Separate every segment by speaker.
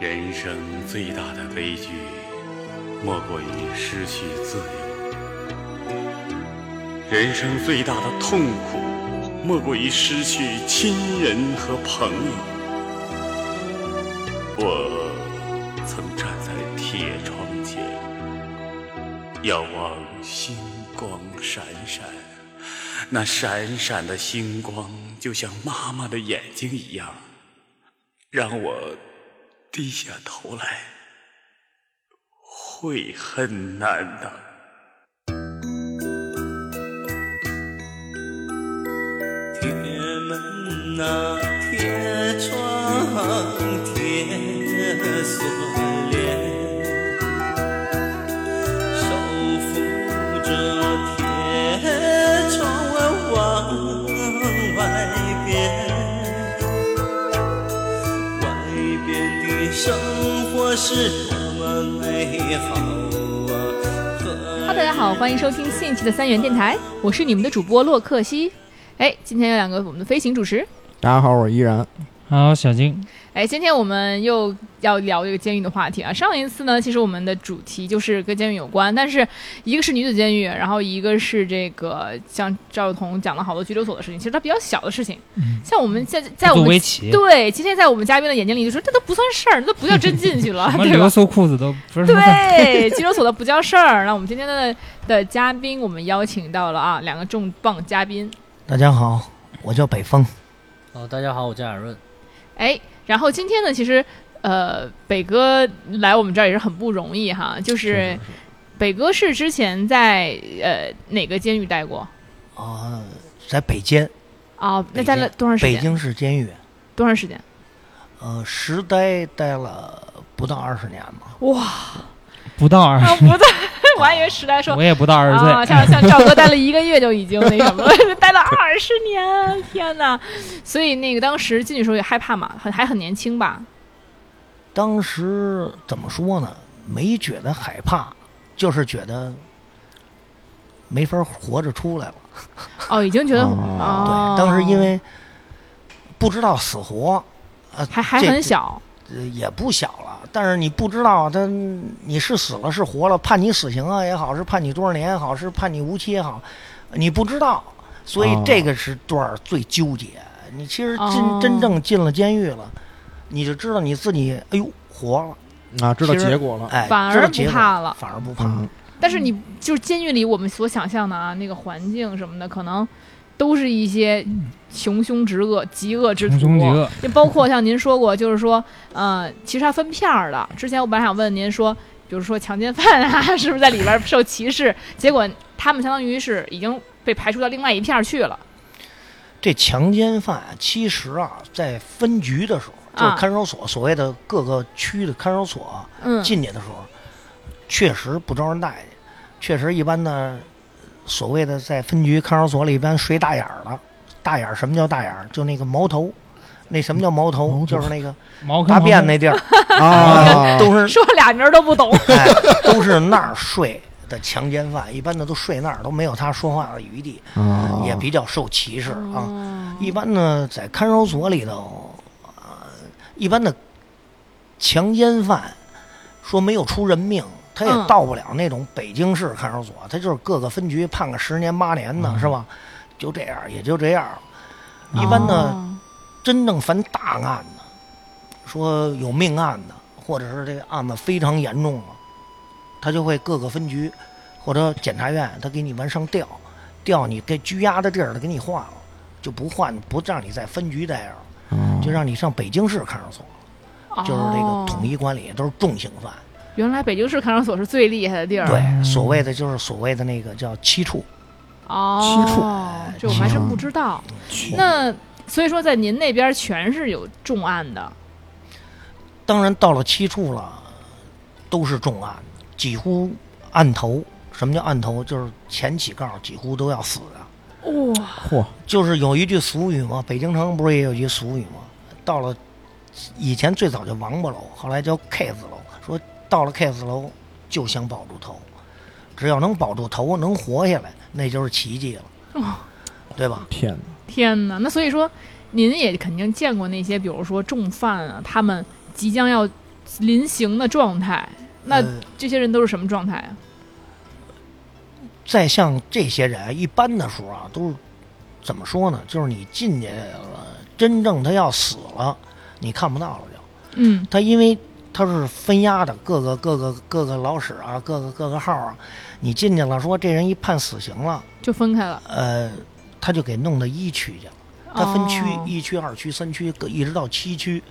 Speaker 1: 人生最大的悲剧，莫过于失去自由；人生最大的痛苦，莫过于失去亲人和朋友。我曾站在铁窗前，遥望星光闪闪，那闪闪的星光就像妈妈的眼睛一样，让我。低下头来，悔恨难当。
Speaker 2: 铁门啊，铁窗，铁锁链，手扶着铁窗往外边。外边的生活是多么美好啊！
Speaker 3: 哈，大家好，欢迎收听新一期的三元电台，我是你们的主播洛克西。哎，今天有两个我们的飞行主持。
Speaker 4: 大家好，我依然。
Speaker 5: 好，啊小金，
Speaker 3: 哎，今天我们又要聊这个监狱的话题啊。上一次呢，其实我们的主题就是跟监狱有关，但是一个是女子监狱，然后一个是这个像赵彤讲了好多拘留所的事情，其实它比较小的事情，
Speaker 5: 嗯
Speaker 3: 像我们在在我
Speaker 5: 做
Speaker 3: 们
Speaker 5: 围棋，
Speaker 3: 对，其实现在我们嘉宾的眼睛里就说这都不算事儿，那都不叫真进去了
Speaker 5: 什，
Speaker 3: 啊
Speaker 5: 么
Speaker 3: 对吧
Speaker 5: 流？苏裤子都 不是什么大
Speaker 3: 对，拘留所的不叫事儿。那我们今天的的嘉宾，我们邀请到了啊两个重磅嘉宾，
Speaker 6: 大家好，我叫北风。
Speaker 7: 哦，大家好，我叫冉润。
Speaker 3: 哎，然后今天呢，其实呃北哥来我们这儿也是很不容易哈，就是北哥是之前在呃哪个监狱待过
Speaker 6: 啊，在北监，
Speaker 3: 啊？那
Speaker 6: 北
Speaker 3: 待了
Speaker 6: 京
Speaker 3: 多长时
Speaker 6: 北
Speaker 3: 间？
Speaker 6: 京市监狱，
Speaker 3: 多长时 间？
Speaker 6: 呃，实待待了不到二十年吧。
Speaker 3: 哇，
Speaker 5: 不到二
Speaker 3: 啊
Speaker 5: 十，
Speaker 3: 不对，我还以为时代说
Speaker 5: 我也不到二十
Speaker 3: 啊，
Speaker 5: 岁，
Speaker 3: 像像赵哥待了一个月就已经那什么 了，待了二十年，天哪！所以那个当时进去的时候也害怕嘛，很还很年轻吧？
Speaker 6: 当时怎么说呢？没觉得害怕，就是觉得没法活着出来了。
Speaker 3: 哦，已经觉得
Speaker 6: 对，
Speaker 3: 哦，
Speaker 6: 当时因为不知道死活，呃，
Speaker 3: 还还
Speaker 6: 这
Speaker 3: 很，小，
Speaker 6: 这呃也不小了。但是你不知道他你是死了是活了，判你死刑啊也好，是判你多少年也好，是判你无期也好，你不知道，所以
Speaker 4: 哦
Speaker 6: 这个是段儿最纠结。你其实真、
Speaker 3: 哦
Speaker 6: 真正进了监狱了，你就知道你自己，哎呦，活了，
Speaker 4: 啊，知道
Speaker 6: 其实
Speaker 4: 结果了。
Speaker 6: 哎，
Speaker 3: 反而
Speaker 6: 知道
Speaker 3: 不
Speaker 6: 结果
Speaker 3: 怕了
Speaker 6: 反而不怕。
Speaker 4: 嗯，
Speaker 3: 但是你就是监狱里我们所想象的啊，那个环境什么的，可能都是一些穷凶极恶、极恶之徒。
Speaker 5: 穷凶极恶，
Speaker 3: 就包括像您说过，就是说，呃，其实它分片儿的。之前我本来想问您说，比如说强奸犯啊， 是不是在里边儿受歧视？结果他们相当于是已经被排除到另外一片儿去了。
Speaker 6: 这强奸犯其实啊，在分局的时候，就
Speaker 3: 啊
Speaker 6: 是看守所、所谓的各个区的看守所
Speaker 3: 嗯，
Speaker 6: 进去的时候，确实不招人待见，确实一般的所谓的在分局看守所里边水大眼儿了。大眼儿什么叫大眼儿？就那个毛头，那什么叫毛头？
Speaker 4: 毛头
Speaker 6: 就是那个
Speaker 5: 毛
Speaker 6: 大
Speaker 5: 坑
Speaker 6: 便那地儿，
Speaker 4: 啊，
Speaker 6: 都是
Speaker 3: 说俩名儿都不懂。
Speaker 6: 哎，都是那儿睡的强奸犯，一般的都睡那儿，都没有他说话的余地，
Speaker 4: 啊
Speaker 6: 也比较受歧视啊。
Speaker 3: 哦
Speaker 6: 一般呢，在看守所里头，呃，一般的强奸犯说没有出人命，他也
Speaker 3: 嗯
Speaker 6: 到不了那种北京市看守所，他就是各个分局判个十年八年的，是吧？就这样，也就这样。一般呢，
Speaker 3: 哦
Speaker 6: 真正犯大案的，说有命案的，或者是这个案子非常严重了，啊他就会各个分局或者检察院，他给你往上调，调你给拘押的地儿，他给你换了，就不换，不让你在分局待着了，
Speaker 4: 啊
Speaker 6: 就让你上北京市看守所，就是这个统一管理，都是重刑犯。
Speaker 3: 哦原来北京市看守所是最厉害的地儿。
Speaker 6: 对，所谓的就是所谓的那个叫七处，
Speaker 3: 哦，
Speaker 4: 七处
Speaker 3: 这我还真不知道。
Speaker 6: 嗯
Speaker 3: 那所以说，在您那边全是有重案的，
Speaker 6: 当然到了七处了，都是重案，几乎案头。什么叫案头？就是前起告几乎都要死的。
Speaker 3: 哇，
Speaker 4: 嚯，
Speaker 6: 就是有一句俗语嘛，北京城不是也有一句俗语嘛？到了以前最早叫王八楼，后来叫 K 字楼，说到了 K 字楼就想保住头，只要能保住头，能活下来，那就是奇迹了，对吧？
Speaker 4: 天哪！
Speaker 3: 天哪！那所以说，您也肯定见过那些，比如说重犯啊，他们即将要临刑的状态。那
Speaker 6: 呃
Speaker 3: 这些人都是什么状态啊？
Speaker 6: 再像这些人，一般的时候啊，都是怎么说呢？就是你进去了，真正他要死了，你看不到了就。
Speaker 3: 嗯
Speaker 6: 他因为他是分押的，各个各个各个老史啊，各个各个号啊，你进去了，说这人一判死刑了，
Speaker 3: 就分开了。
Speaker 6: 呃，他就给弄到一区去了。他分区，
Speaker 3: 哦
Speaker 6: 一区、二区、三区，各一直到七区，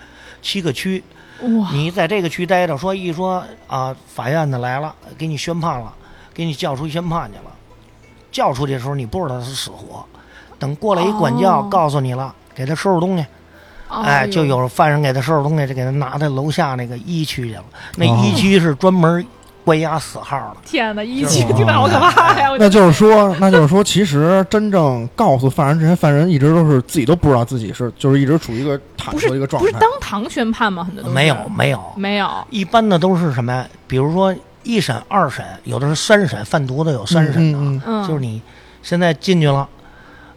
Speaker 6: 七个区。
Speaker 3: 哇，
Speaker 6: 你在这个区待着，说一说啊，法院的来了，给你宣判了，给你叫出去宣判去了。叫出去的时候，你不知道他是死活。等过来一管教，
Speaker 3: 哦
Speaker 6: 告诉你了，给他收拾东西，
Speaker 3: 哦
Speaker 6: 哎，就
Speaker 3: 呦
Speaker 6: 有犯人给他收拾东西，就给他拿到楼下那个一区去了。那一区是专门关押死号的。
Speaker 3: 天哪，一
Speaker 6: 就嗯
Speaker 3: 区
Speaker 6: 是
Speaker 3: 听着好可怕呀！我
Speaker 4: 那就是说，那就是说，其实真正告诉犯人这些犯人，一直都是自己都不知道自己是，就是一直处于一个忐
Speaker 3: 不
Speaker 4: 忑
Speaker 3: 是
Speaker 4: 的一个状
Speaker 3: 不是
Speaker 4: 态。
Speaker 3: 当堂宣判吗？很多都是嗯
Speaker 6: 没有，没有，
Speaker 3: 没有，
Speaker 6: 一般的都是什么呀？比如说一审、二审，有的是三审，贩毒的有三审的啊。
Speaker 4: 嗯，
Speaker 3: 嗯，
Speaker 6: 就是你现在进去了，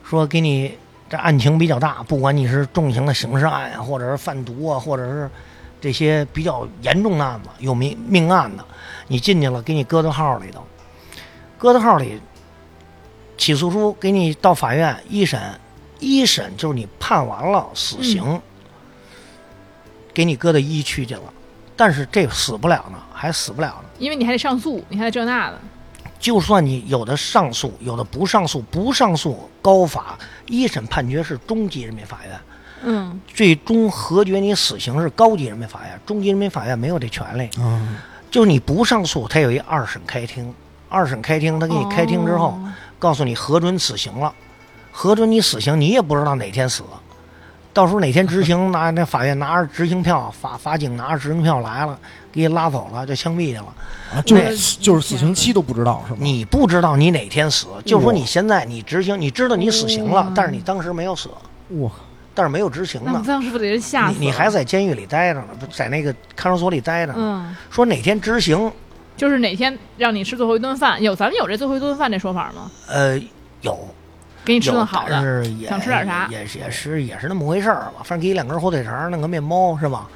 Speaker 6: 说给你这案情比较大，不管你是重刑的刑事案啊，或者是贩毒啊，或者是这些比较严重的案子，有命命案的，你进去了，给你搁到号里头，搁到号里，起诉书给你到法院一审，一审就是你判完了死刑，给你搁到一区去了，但是这死不了呢，还死不了呢。
Speaker 3: 因为你还得上诉，你还得这那的。
Speaker 6: 就算你有的上诉，有的不上诉，不上诉，高法一审判决是中级人民法院，
Speaker 3: 嗯，
Speaker 6: 最终核决你死刑是高级人民法院，中级人民法院没有这权利。
Speaker 4: 啊，
Speaker 6: 就是你不上诉，他有一二审开庭，二审开庭，他给你开庭之后，
Speaker 3: 哦
Speaker 6: 告诉你核准死刑了，核准你死刑，你也不知道哪天死，到时候哪天执行， 拿那法院拿着执行票，法法警拿着执行票来了，给你拉走了，就枪毙去了。
Speaker 4: 啊就
Speaker 3: 那
Speaker 4: 是就是死刑期都不知道是吗？
Speaker 6: 你不知道你哪天死，就是说你现在你执行，你知道你死刑了
Speaker 3: 哇，
Speaker 6: 但是你当时没有死，
Speaker 4: 哇，
Speaker 6: 但是没有执行
Speaker 3: 哦那
Speaker 6: 呢
Speaker 3: 不，当时不得人吓死
Speaker 6: 你你
Speaker 3: 了
Speaker 6: 还在监狱里待着呢，不在那个看守所里待着呢。
Speaker 3: 嗯，
Speaker 6: 说哪天执行，
Speaker 3: 就是哪天让你吃最后一顿饭，有咱们有这最后一顿饭这说法吗？
Speaker 6: 呃，有
Speaker 3: 给你吃顿
Speaker 6: 有，
Speaker 3: 好
Speaker 6: 但
Speaker 3: 的，
Speaker 6: 是也
Speaker 3: 想吃点啥
Speaker 6: 也也是也是那么回事儿吧，反正给你两根火腿肠，弄个面包是吧？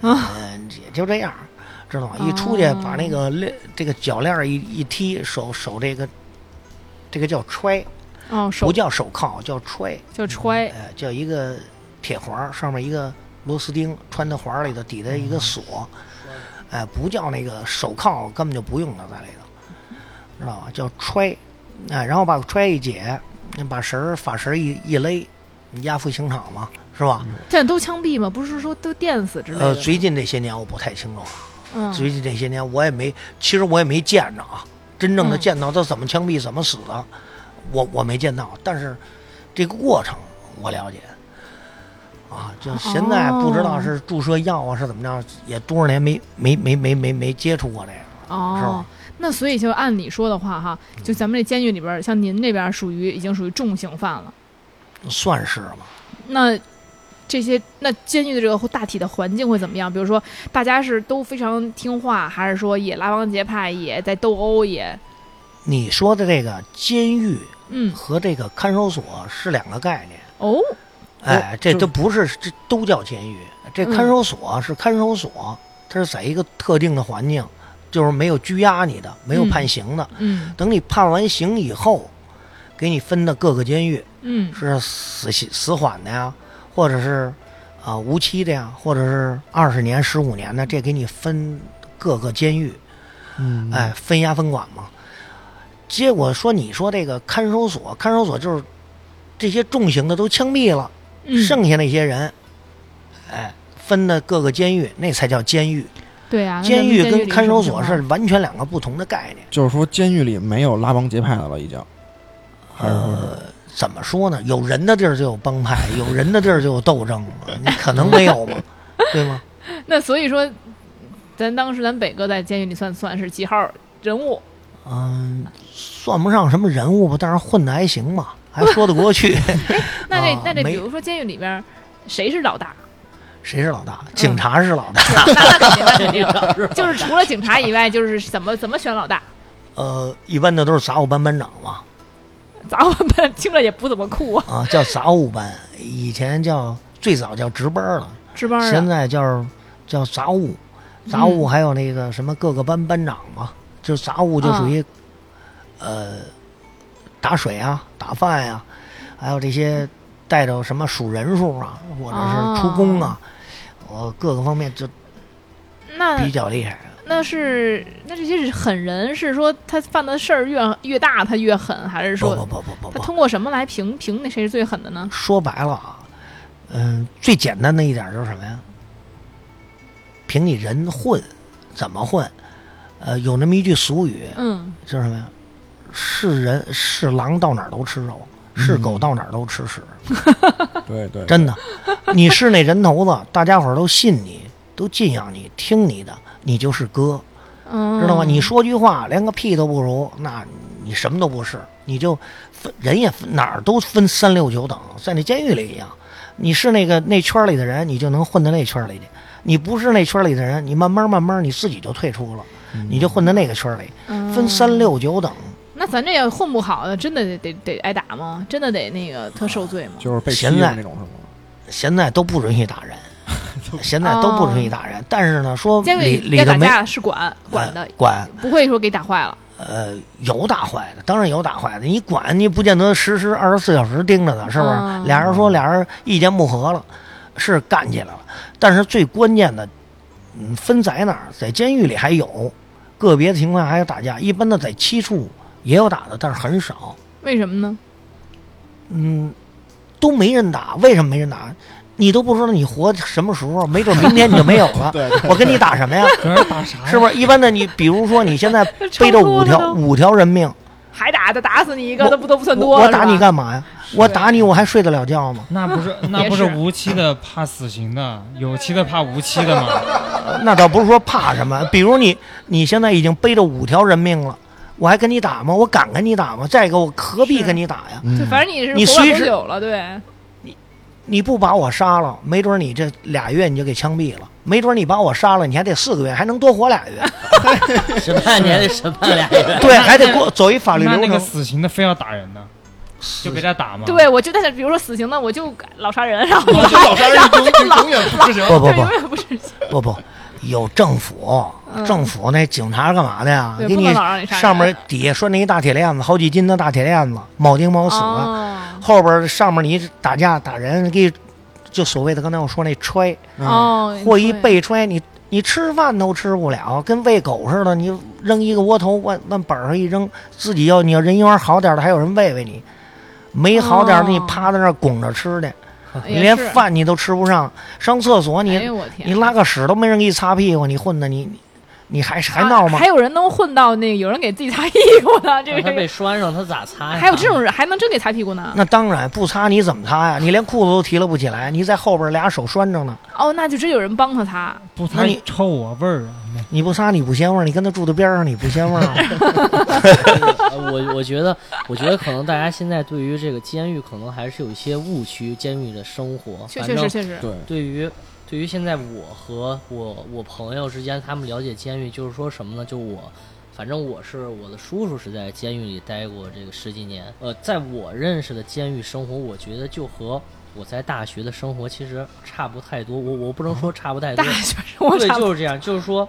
Speaker 3: 啊
Speaker 6: 嗯，也就这样，知道吗？
Speaker 3: 哦
Speaker 6: 一出去把那个链这个脚链儿一一踢，手手这个这个叫揣，
Speaker 3: 哦，手
Speaker 6: 不叫手铐，叫揣。
Speaker 3: 就揣，
Speaker 6: 呃，叫一个铁环儿，上面一个螺丝钉穿到环儿里头，底下一个锁，哎、不叫那个手铐，根本就不用了，在里头，知道吧？叫揣，哎、然后把揣一解，把绳儿法绳儿一一勒，你押赴刑场嘛，是吧？
Speaker 3: 现在都枪毙吗？不是说都电死之类
Speaker 6: 呃，
Speaker 3: 的？
Speaker 6: 最近这些年我不太清楚，
Speaker 3: 嗯，
Speaker 6: 最近这些年我也没，其实我也没见着啊，真正的
Speaker 3: 嗯
Speaker 6: 见到他怎么枪毙、怎么死的，我我没见到，但是这个过程我了解。啊，就现在不知道是注射药啊，是怎么着，也多少年没没没没没没接触过这个。是
Speaker 3: 哦
Speaker 6: 吧，嗯
Speaker 3: 那所以就按你说的话哈，就咱们这监狱里边儿，像您这边儿属于已经属于重刑犯了，
Speaker 6: 算是吧，
Speaker 3: 那。这些那监狱的这个大体的环境会怎么样？比如说，大家是都非常听话，还是说也拉帮结派，也在斗殴，也
Speaker 6: 你说的这个监狱
Speaker 3: 嗯
Speaker 6: 和这个看守所是两个概念，
Speaker 3: 哦
Speaker 6: 哎，这
Speaker 4: 就
Speaker 6: 都不是，这都叫监狱。这看守所是看守所，它是在一个特定的环境，就是没有拘押你的，没有
Speaker 3: 嗯
Speaker 6: 判刑的。
Speaker 3: 嗯
Speaker 6: 等你判完刑以后，给你分到各个监狱，
Speaker 3: 嗯
Speaker 6: 是死刑死缓的呀，或者是啊、呃无期的呀，或者是二十年、十五年的，这给你分各个监狱，
Speaker 4: 嗯，
Speaker 6: 哎，分押分管嘛。结果说你说这个看守所，看守所就是这些重刑的都枪毙了，
Speaker 3: 嗯，
Speaker 6: 剩下那些人，哎，分的各个监狱，那才叫监狱。
Speaker 3: 对啊，那咱
Speaker 6: 监
Speaker 3: 们
Speaker 6: 狱
Speaker 3: 监
Speaker 6: 跟
Speaker 3: 里
Speaker 6: 看
Speaker 3: 什么
Speaker 6: 守
Speaker 3: 情
Speaker 6: 所
Speaker 3: 况
Speaker 6: 是完全两个不同的概念。
Speaker 4: 就是说监狱里没有拉帮结派的了，已
Speaker 6: 啊
Speaker 4: 经，还是说是
Speaker 6: 怎么说呢？有人的地儿就有帮 派，有人的地儿就有斗争，你可能没有 吗？对吗？
Speaker 3: 那所以说，咱当时咱北哥在监狱里算算是几号人物？
Speaker 6: 嗯，算不上什么人物吧，但是混的还行吧，还说得过 去。
Speaker 3: 那这、
Speaker 6: 啊
Speaker 3: 那这，
Speaker 6: 没
Speaker 3: 比如说监狱里边儿谁是老大？
Speaker 6: 谁是老大？警察是老大。
Speaker 3: 那那肯定，那肯定，就是除了警察以外，就是怎么怎么选老大？
Speaker 6: 呃，一般的都是杂务班班长嘛，
Speaker 3: 杂货班听着也不怎么酷啊，
Speaker 6: 啊，叫杂务班，以前叫最早叫值班了，
Speaker 3: 值班啊
Speaker 6: 现
Speaker 3: 的。
Speaker 6: 在叫叫杂务，杂物还有那个什么各个班班长嘛，就杂物就属于，
Speaker 3: 嗯
Speaker 6: 呃，打水啊、打饭呀、还有这些带着什么数人数啊，或者是出工啊，
Speaker 3: 哦
Speaker 6: 我各个方面就
Speaker 3: 那
Speaker 6: 比较厉害。
Speaker 3: 那是那这些是狠人，是说他犯的事儿越越大他越狠，还是
Speaker 6: 不不
Speaker 3: 说
Speaker 6: 不不
Speaker 3: 他
Speaker 6: 不不，
Speaker 3: 通过什么来评评那谁是最狠的呢？
Speaker 6: 说白了啊，嗯、最简单的一点就是什么呀？凭你人混，怎么混？呃，有那么一句俗语，
Speaker 3: 嗯，
Speaker 6: 就是什么呀？是人是狼到哪儿都吃肉，是狗到哪儿都吃屎，
Speaker 4: 对对，
Speaker 6: 真的。你是那人头子，大家伙儿都信你，都敬仰你，听你的，你就是哥，
Speaker 3: 嗯
Speaker 6: 知道吗？你说句话连个屁都不如，那你什么都不是，你就分人也分哪儿都分三六九等，在那监狱里一样。你是那个那圈儿里的人，你就能混到那圈儿里去；你不是那圈儿里的人，你慢慢慢慢你自己就退出了，你就混到那个圈儿里，分三六九等。
Speaker 3: 那咱这要混不好，真的得得得挨打吗？真的得那
Speaker 6: 啊
Speaker 3: 个特受罪吗？
Speaker 4: 就是被欺
Speaker 6: 现
Speaker 4: 负
Speaker 6: 在
Speaker 4: 那种是吗？
Speaker 6: 现在都不允许打人，现在都不允许打人。但是呢，说
Speaker 3: 监
Speaker 6: 里
Speaker 3: 狱
Speaker 6: 里
Speaker 3: 要
Speaker 6: 头
Speaker 3: 打
Speaker 6: 没
Speaker 3: 架是管管的
Speaker 6: 呃，管
Speaker 3: 不会说给打坏了。
Speaker 6: 呃有打坏的，当然有打坏的。你管你不见得时时二十四小时盯着呢，是不是？
Speaker 3: 嗯
Speaker 6: 俩人说俩人意见不合了，是干起来了。但是最关键的，嗯，分在哪儿？在监狱里还有，个别情况还有打架，一般的在七处也有打的，但是很少。
Speaker 3: 为什么呢？
Speaker 6: 嗯，都没人打，为什么没人打？你都不知道你活什么时候，没准明天你就没有了。
Speaker 4: 对对
Speaker 6: 我跟你打什么呀？
Speaker 5: 可是打啥呀？
Speaker 6: 是不是？一般的你，比如说你现在背着
Speaker 3: 超多
Speaker 6: 五
Speaker 3: 了
Speaker 6: 条
Speaker 3: 都
Speaker 6: 五条人命，
Speaker 3: 还打的打死你一个
Speaker 6: 我
Speaker 3: 都不都不算
Speaker 6: 我
Speaker 3: 多了，
Speaker 6: 我打
Speaker 3: 是吧
Speaker 6: 你干嘛呀？我打你我还睡得了觉吗？
Speaker 5: 那不是那
Speaker 3: 也
Speaker 5: 不是
Speaker 3: 是
Speaker 5: 无期的怕死刑的，有期的怕无期 的嘛？
Speaker 6: 呃那倒不是说怕什么，比如你你现在已经背着五条人命了，我还跟你打吗？我敢跟你打吗？再一个，我何必
Speaker 3: 是
Speaker 6: 跟你打呀？
Speaker 3: 就反正你是
Speaker 6: 你
Speaker 3: 活不
Speaker 6: 随
Speaker 3: 了
Speaker 6: 时
Speaker 3: 多
Speaker 6: 啊
Speaker 3: 久了，对，
Speaker 6: 你不把我杀了，没准你这俩月你就给枪毙了，没准你把我杀了，你还得四个月，还能多活俩月。
Speaker 7: 审判你还得审判俩人，
Speaker 6: 对，还得过走一法律
Speaker 5: 那
Speaker 6: 流
Speaker 5: 那个
Speaker 6: 程。
Speaker 5: 死刑的非要打人呢，就给他打嘛？
Speaker 3: 对，我就但是比如说死刑的，我就老杀人，然后就
Speaker 4: 老杀人永
Speaker 3: 老
Speaker 4: 永远不知情。
Speaker 6: 不不
Speaker 3: 对
Speaker 6: 不
Speaker 3: 永远不是
Speaker 6: 不不，有政府，政府那警察干嘛的呀？
Speaker 3: 嗯对
Speaker 6: 给
Speaker 3: 不
Speaker 6: 你
Speaker 3: 能老让你杀人
Speaker 6: 上面底下拴着一大铁链子，好几斤的大铁链子，铆钉铆死了。
Speaker 3: 哦
Speaker 6: 后边上面你打架打人，给就所谓的刚才我说那揣
Speaker 4: 嗯
Speaker 3: 哦，
Speaker 6: 嗯或一
Speaker 3: 对
Speaker 6: 被揣，你你吃饭都吃不了，跟喂狗似的，你扔一个窝头往往板上一扔，自己要你要人缘好点的，还有人喂喂你。没好点的，你
Speaker 3: 哦
Speaker 6: 趴在那儿拱着吃去，你
Speaker 3: 也
Speaker 6: 连
Speaker 3: 是
Speaker 6: 饭你都吃不上，上厕所你
Speaker 3: 哎呦我天，
Speaker 6: 你拉个屎都没人给你擦屁股，你混的你你你还还闹吗
Speaker 3: 啊还？有人能混到那个有人给自己擦屁股的，这
Speaker 7: 啊他被
Speaker 3: 个
Speaker 7: 拴上，他咋擦呀？
Speaker 3: 还有这种人还能真给擦屁股呢？
Speaker 6: 那当然，不擦你怎么擦呀？你连裤子都提了不起来，你在后边俩手拴着呢，
Speaker 3: 哦，那就真有人帮他擦，
Speaker 5: 不
Speaker 6: 那
Speaker 5: 他
Speaker 6: 你
Speaker 5: 臭我味儿啊！
Speaker 6: 你不擦你不鲜味儿，你跟他住在边上你不鲜味儿啊，
Speaker 7: 呃我我觉得，我觉得可能大家现在对于这个监狱可能还是有一些误区，监狱的生活，
Speaker 3: 确
Speaker 7: 反
Speaker 3: 确
Speaker 7: 正
Speaker 3: 实确实，
Speaker 4: 对，
Speaker 7: 对于对于现在我和我我朋友之间，他们了解监狱就是说什么呢？就我，反正我是我的叔叔是在监狱里待过这个十几年。呃，在我认识的监狱生活，我觉得就和我在大学的生活其实差不太多。我我不能说差不太
Speaker 3: 哦大
Speaker 7: 多，
Speaker 3: 学 生活
Speaker 7: 对，
Speaker 3: 差不多
Speaker 7: 就是这样，就是说，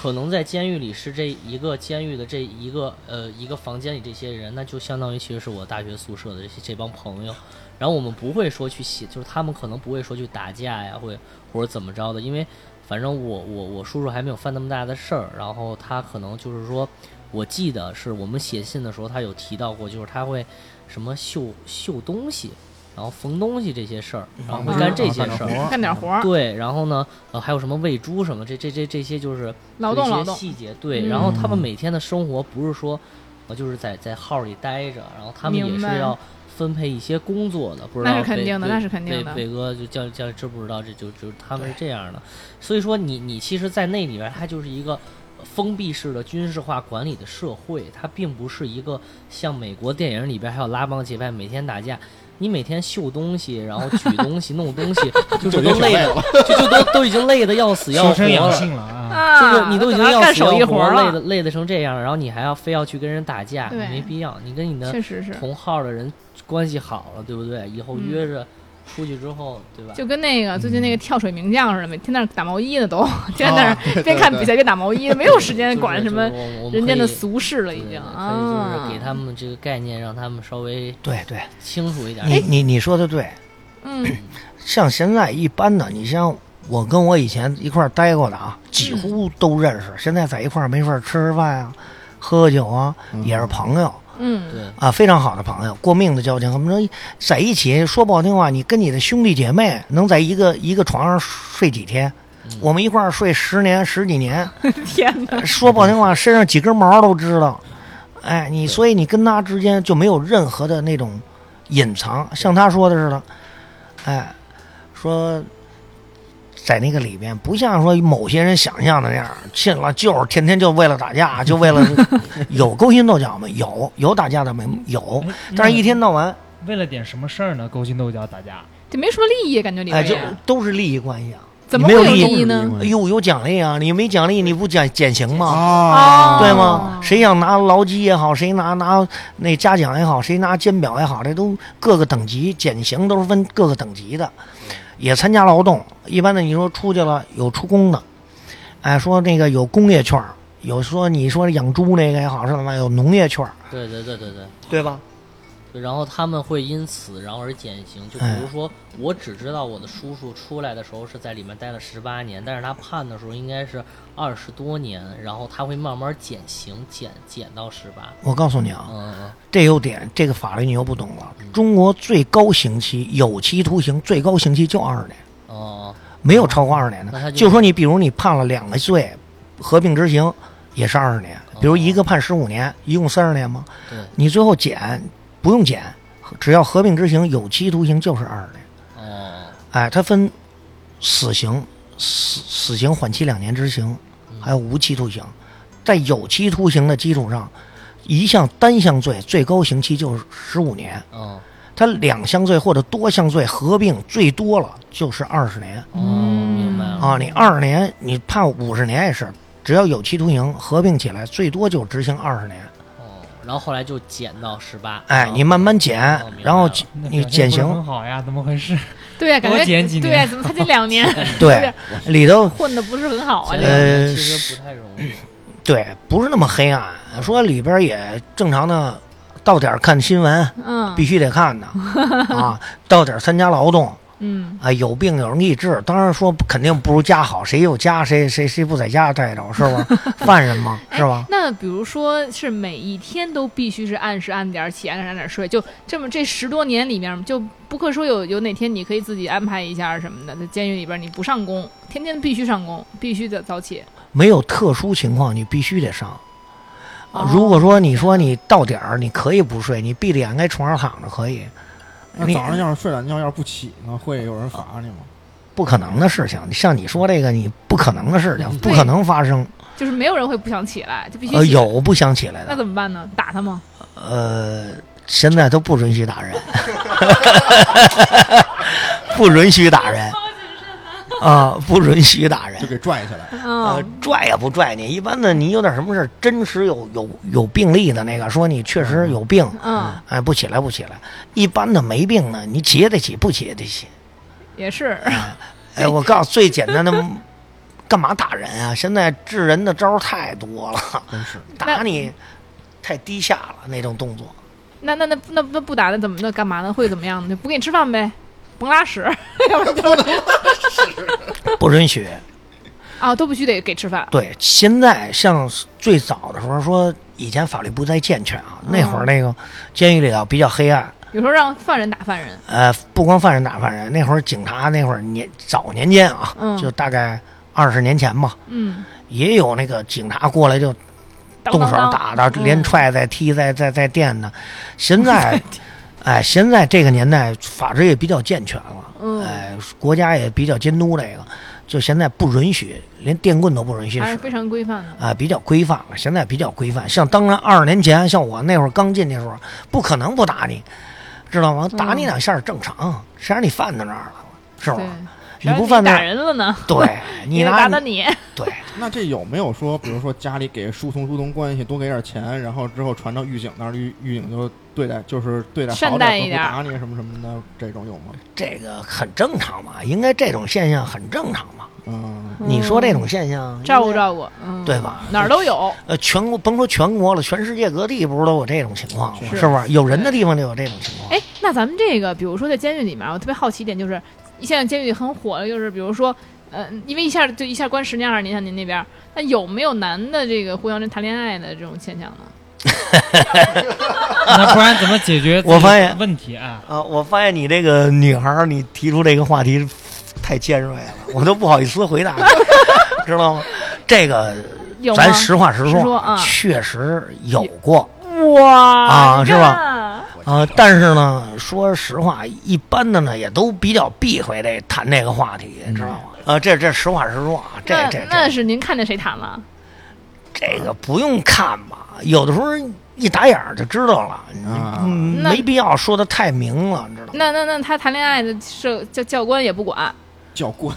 Speaker 7: 可能在监狱里是这一个监狱的这一个呃一个房间里这些人，那就相当于其实是我大学宿舍的这些这帮朋友。然后我们不会说去写，就是他们可能不会说去打架呀，或者或者怎么着的，因为反正我我我叔叔还没有犯那么大的事儿，然后他可能就是说，我记得是我们写信的时候他有提到过，就是他会什么绣绣东西，然后缝东西这些事儿，然
Speaker 4: 哦
Speaker 7: 后会干这些
Speaker 4: 啊
Speaker 7: 事儿。
Speaker 3: 干点活儿，
Speaker 7: 对，然后呢，呃，还有什么喂猪什么，这这这这些就是
Speaker 3: 劳动
Speaker 7: 这
Speaker 3: 劳
Speaker 7: 些
Speaker 3: 动，
Speaker 7: 细节。对，
Speaker 3: 嗯
Speaker 7: 然后他们每天的生活不是说，呃，就是在在号里待着，然后他们也
Speaker 3: 明
Speaker 7: 是
Speaker 3: 白
Speaker 7: 要分配一些工作的，不知道
Speaker 3: 那是肯
Speaker 7: 贝
Speaker 3: 定的
Speaker 7: 贝
Speaker 3: 那是肯定
Speaker 7: 贝
Speaker 3: 的
Speaker 7: 贝哥就叫叫知不知道？这就就是他们是这样的，所以说你你其实，在那里边，它就是一个。封闭式的军事化管理的社会，它并不是一个像美国电影里边还有拉帮结派每天打架，你每天秀东西，然后举东西、弄东西，就是都累的，就就都都已经累得要死要
Speaker 5: 修
Speaker 7: 活
Speaker 5: 身养
Speaker 7: 了。
Speaker 5: 性了啊！
Speaker 3: 啊，
Speaker 7: 就是你都已经
Speaker 3: 干
Speaker 7: 要
Speaker 3: 干
Speaker 7: 死要
Speaker 3: 手艺活
Speaker 7: 活
Speaker 3: 儿
Speaker 7: 累的
Speaker 3: 了，
Speaker 7: 累得成这样，然后你还要非要去跟人打架，你
Speaker 3: 对
Speaker 7: 没必要。你跟你的
Speaker 3: 确实是，嗯
Speaker 7: 同号的人关系好了，对不对？以后约着出去之后，对吧？
Speaker 3: 就跟那个最近那
Speaker 7: 嗯
Speaker 3: 个跳水名将似的，每天在那儿打毛衣呢， 都天天在那
Speaker 7: 哦
Speaker 8: 啊对
Speaker 3: 儿边看比赛边打毛衣，没有时间管什么
Speaker 7: 就是我我们
Speaker 3: 人间的
Speaker 7: 可以
Speaker 3: 俗事了，
Speaker 7: 对
Speaker 3: 已经
Speaker 7: 可以就是
Speaker 3: 啊
Speaker 7: 给。他们这个概念，让他们稍微
Speaker 6: 对对，
Speaker 7: 清楚一点。
Speaker 3: 哎
Speaker 6: 你你你说的对，
Speaker 3: 嗯，
Speaker 6: 像现在一般的，你像我跟我以前一块儿待过的啊，几乎都认识。现在在一块儿没事儿吃吃饭啊，喝喝酒啊，也是朋友
Speaker 3: 嗯，
Speaker 7: 对，
Speaker 6: 啊，非常好的朋友，过命的交情。我们说在一起，说不好听话，你跟你的兄弟姐妹能在一个一个床上睡几天？我们一块儿睡十年十几年，
Speaker 3: 天哪，
Speaker 6: 说不好听话，身上几根毛都知道。哎，你所以你跟他之间就没有任何的那种隐藏，像他说的似的，哎，说在那个里边，不像说某些人想象的那样，进了就是天天就为了打架，就为了有勾心斗角吗？有，有打架的没有，但是一天到晚
Speaker 5: 为了点什么事儿呢？勾心斗角打架，
Speaker 3: 这没什么利益，感觉里
Speaker 6: 哎，就
Speaker 3: 面
Speaker 6: 都是利益关系啊。
Speaker 3: 怎么
Speaker 6: 你
Speaker 3: 会
Speaker 6: 没有
Speaker 3: 利
Speaker 6: 利
Speaker 3: 益呢？
Speaker 6: 哎呦，有奖励啊！你没奖励，你不减减刑吗？
Speaker 4: 啊，
Speaker 6: 对吗？谁想拿劳基也好，谁拿拿那嘉奖也好，谁拿金表也好，这都各个等级减刑都是分各个等级的，也参加劳动。一般的你说出去了有出工的，哎，说那个有工业圈儿，有说你说养猪那个也好是什么，有农业圈儿，
Speaker 7: 对对对对对。
Speaker 6: 对吧？
Speaker 7: 然后他们会因此然后而减刑。就比如说，我只知道我的叔叔出来的时候是在里面待了十八年，但是他判的时候应该是二十多年，然后他会慢慢减刑，减减到十八。
Speaker 6: 我告诉你啊，
Speaker 7: 嗯嗯
Speaker 6: 这有点这个法律你又不懂了。中国最高刑期有期徒刑，最高刑期就二十年。
Speaker 7: 嗯哦，
Speaker 6: 没有超过二十年
Speaker 7: 那他
Speaker 6: 的。
Speaker 7: 就
Speaker 6: 就说你，比如你判了两个罪，合并执行也是二十年，
Speaker 7: 哦
Speaker 6: 比如一个判十五年，一共三十年嘛。
Speaker 7: 对，
Speaker 6: 你最后减不用减，只要合并执行有期徒刑就是二十年。
Speaker 7: 哦，
Speaker 6: 哎，它分死刑、死死刑缓期两年执行，
Speaker 7: 嗯
Speaker 6: 还有无期徒刑。在有期徒刑的基础上，一项单项罪最高刑期就是十五年，
Speaker 7: 嗯
Speaker 6: 它两项罪或者多项罪合并最多了就是二十年。
Speaker 7: 哦，明白了。
Speaker 6: 啊，你二十年，你判五十年也是，只要有期徒刑，合并起来最多就执行二十年。
Speaker 7: 哦，然后后来就减到十八。
Speaker 6: 哎，你慢慢减
Speaker 7: 哦明白，
Speaker 6: 然后
Speaker 7: 了
Speaker 6: 减
Speaker 5: 那
Speaker 6: 你
Speaker 5: 表现
Speaker 6: 减
Speaker 5: 不是很
Speaker 6: 刑，
Speaker 5: 好呀？怎么 回事？
Speaker 3: 对呀，感
Speaker 5: 多
Speaker 3: 觉
Speaker 5: 减几年
Speaker 3: 对呀，怎么才这两 年
Speaker 6: 对，里头
Speaker 3: 混的不是很好啊？
Speaker 7: 前
Speaker 3: 这
Speaker 7: 两
Speaker 3: 个
Speaker 7: 年
Speaker 6: 呃
Speaker 7: 其实不太容易。
Speaker 6: 对不是那么黑暗，说里边也正常的，到点儿看新闻
Speaker 3: 嗯
Speaker 6: 必须得看的啊，到点儿参加劳动。
Speaker 3: 嗯，
Speaker 6: 啊，有病有人给你治，当然说肯定不如家好，谁有家谁谁谁不在家待着是吧？犯人嘛是吧？
Speaker 3: 那比如说是每一天都必须是按时按点儿起，按时按点儿睡，就这么这十多年里面，就不可说有有哪天你可以自己安排一下什么的，在监狱里边你不上工，天天必须上工，必须得早起。
Speaker 6: 没有特殊情况，你必须得上。
Speaker 3: 哦
Speaker 6: 如果说你说你到点儿，你可以不睡，你闭着眼该床上躺着可以，
Speaker 4: 那
Speaker 6: 你
Speaker 4: 早上要是睡懒觉，要是不起呢，会有人罚你吗？
Speaker 6: 不可能的事情。像你说这个，你不可能的事情，不
Speaker 3: 嗯对
Speaker 6: 可能发生。
Speaker 3: 就是没有人会不想起来，就必须
Speaker 6: 呃，
Speaker 3: 起
Speaker 6: 有不想起来
Speaker 3: 那
Speaker 6: 的，
Speaker 3: 怎么办呢？打他吗？
Speaker 6: 呃，现在都不允许打 人，不允许打人，啊，不允许打人
Speaker 4: 就。给拽起来，
Speaker 6: 呃
Speaker 3: 嗯，，
Speaker 6: 拽也不拽你，一般的你有点什么事儿，真实有有有病例的那个，说你确实有病，
Speaker 3: 嗯，
Speaker 6: 哎，不起来不起来。一般的没病呢，你起也得起，不起也得起。
Speaker 3: 也是，
Speaker 6: 哎，我告诉你最简单的，干嘛打人啊？现在治人的招儿太多了，
Speaker 4: 真是。
Speaker 6: 打你太低下了那种动作。
Speaker 3: 那那那那那不打那怎么那干嘛呢？会怎么样呢？就不给你吃饭呗，甭拉屎，要不然就
Speaker 6: 不允许。
Speaker 3: 啊都必须得给吃饭。
Speaker 6: 对，现在像最早的时候说，以前法律不太健全啊，那会儿那个监狱里头比较黑暗，
Speaker 3: 有时候让犯人打犯人，
Speaker 6: 呃，不光犯人打犯人，那会儿警察那会儿年早年间啊，
Speaker 3: 嗯
Speaker 6: 就大概二十年前吧，
Speaker 3: 嗯，
Speaker 6: 也有那个警察过来就
Speaker 3: 当
Speaker 6: 动
Speaker 3: 当
Speaker 6: 手
Speaker 3: 当
Speaker 6: 打的，
Speaker 3: 嗯
Speaker 6: 连踹带踢再再再电的。现 在，哎，现在这个年代法制也比较健全了，
Speaker 3: 嗯
Speaker 6: 哎，国家也比较监督这个，就现在不允许，连电棍都不允许
Speaker 3: 还
Speaker 6: 使
Speaker 3: 是。非常规范的。
Speaker 6: 啊，比较规范了，现在比较规范。像当然二十年前，像我那会儿刚进去的时候，不可能
Speaker 3: 嗯
Speaker 6: 不打你，知道吗？打你两下儿正常，谁让你犯到那儿了，是吧？
Speaker 3: 对，谁让
Speaker 6: 你不犯
Speaker 3: 打
Speaker 6: 面
Speaker 3: 人了呢？
Speaker 6: 对你
Speaker 3: 也得
Speaker 6: 拿
Speaker 3: 打打
Speaker 6: 你
Speaker 3: 你，
Speaker 6: 对
Speaker 4: 那这有没有说，比如说家里给疏通疏通关系，多给点钱，然后之后传到狱警那儿，狱狱警就对待就是对待好
Speaker 3: 善待一
Speaker 4: 点
Speaker 3: 点
Speaker 4: 儿，不打你什么什么的，这种有吗？
Speaker 6: 这个很正常嘛，应该这种现象很正常嘛。
Speaker 4: 嗯，
Speaker 6: 你说这种现象，
Speaker 3: 照顾
Speaker 6: 应该
Speaker 3: 照顾，嗯，
Speaker 6: 对吧
Speaker 3: 哪儿都有，
Speaker 6: 呃，全国甭说全国了，全世界各地不是都有这种情况吗？
Speaker 4: 是
Speaker 6: 是不是？有人的地方就有这种情况。
Speaker 3: 哎，那咱们这个，比如说在监狱里面啊，我特别好奇一点就是，现在监狱很火的，就是比如说，呃，因为一下就一下关十年二十年，像您那边儿，那有没有男的这个互相谈恋爱的这种现象呢？
Speaker 5: 那不然怎么解决
Speaker 6: 我发现
Speaker 5: 问题啊？
Speaker 6: 啊，我发现你这个女孩儿，你提出这个话题太尖锐了，我都不好意思回答， 知道吗？这个
Speaker 3: 有吗？
Speaker 6: 咱实话实
Speaker 3: 实说啊
Speaker 6: 确实有过
Speaker 3: 哇
Speaker 6: 啊是吧
Speaker 3: 吧？
Speaker 6: 啊，但是呢，说实话，一般的呢也都比较避讳这谈这个话题，知道吗？啊，这这实话实说啊，这
Speaker 3: 那
Speaker 6: 这这
Speaker 3: 那是您看见谁谈了？
Speaker 6: 这个不用看吧，有的时候一打眼儿就知道了，你
Speaker 4: 啊
Speaker 6: 嗯
Speaker 3: 那
Speaker 6: 没必要说的太明了，你知道吗？
Speaker 3: 那那那他谈恋爱的是教教官也不 管，
Speaker 4: 教官，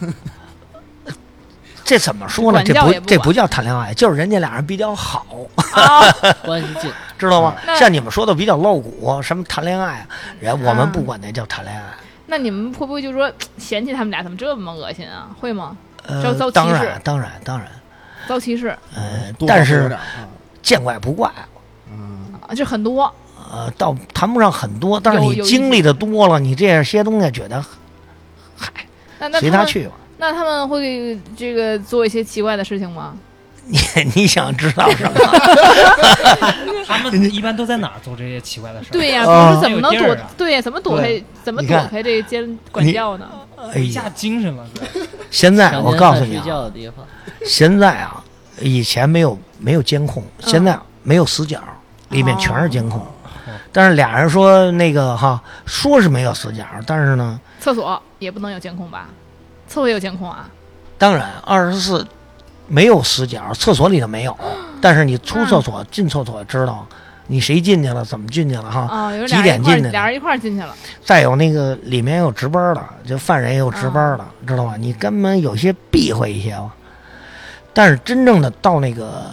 Speaker 6: 这怎么说呢？
Speaker 3: 管教
Speaker 6: 这不
Speaker 3: 也不管
Speaker 6: 这不叫谈恋爱，就是人家俩人比较好，
Speaker 3: 啊
Speaker 7: 关系近，
Speaker 6: 知道吗？
Speaker 3: 那
Speaker 6: 像你们说的比较露骨，什么谈恋爱，人我
Speaker 3: 啊
Speaker 6: 们不管那叫谈恋爱。
Speaker 3: 那你们会不会就说嫌弃他们俩怎么这么恶心啊？会吗？遭遭
Speaker 6: 呃，
Speaker 3: 歧
Speaker 6: 当
Speaker 3: 视
Speaker 6: 然，当然，当然，
Speaker 3: 遭歧视
Speaker 6: 呃，
Speaker 4: 多
Speaker 6: 但
Speaker 4: 有
Speaker 6: 是
Speaker 4: 点啊，
Speaker 6: 见怪不怪，
Speaker 4: 嗯，
Speaker 3: 啊，这很多，
Speaker 6: 呃，倒谈不上很多，但是
Speaker 3: 有
Speaker 6: 你
Speaker 3: 有一
Speaker 6: 经历的多了，你这些东西觉得
Speaker 3: 那那
Speaker 6: 随
Speaker 3: 他
Speaker 6: 他
Speaker 3: 们
Speaker 6: 去吧。
Speaker 3: 那他们会这个做一些奇怪的事情吗？
Speaker 6: 你你想知道什么？
Speaker 5: 他们一般都在哪儿做这些奇怪的事儿？
Speaker 3: 对呀、
Speaker 6: 啊
Speaker 3: 可是怎么能
Speaker 5: 没有
Speaker 3: 躲
Speaker 5: 地儿啊？
Speaker 3: 对呀，怎么躲开
Speaker 6: 对？
Speaker 3: 怎么
Speaker 6: 你
Speaker 3: 躲
Speaker 6: 看
Speaker 3: 开这监管教呢？
Speaker 6: 哎
Speaker 5: 一
Speaker 6: 呀
Speaker 5: 下，精神了，是吧
Speaker 6: 现在
Speaker 7: 强
Speaker 6: 我
Speaker 7: 奸
Speaker 6: 告
Speaker 7: 犯
Speaker 6: 诉你
Speaker 7: 睡
Speaker 6: 啊，
Speaker 7: 觉的地方，
Speaker 6: 现在啊，以前没有没有监控，
Speaker 3: 嗯
Speaker 6: 现在没有死角，里面全是监控。
Speaker 5: 哦
Speaker 6: 但是俩人说那个哈，说是没有死角，但是呢，
Speaker 3: 厕所也不能有监控吧？厕所也有监控啊？
Speaker 6: 当然二十四没有死角，厕所里头没有，但是你出厕所、进厕所知道你谁进去了，怎么进去了哈。
Speaker 3: 啊、有
Speaker 6: 几
Speaker 3: 俩人
Speaker 6: 点
Speaker 3: 一块儿
Speaker 6: 进的呢
Speaker 3: 俩人一块儿进去了，
Speaker 6: 再有那个里面有值班的，就犯人也有值班的，知道吗？你根本有些避讳一些吧。但是真正的到那个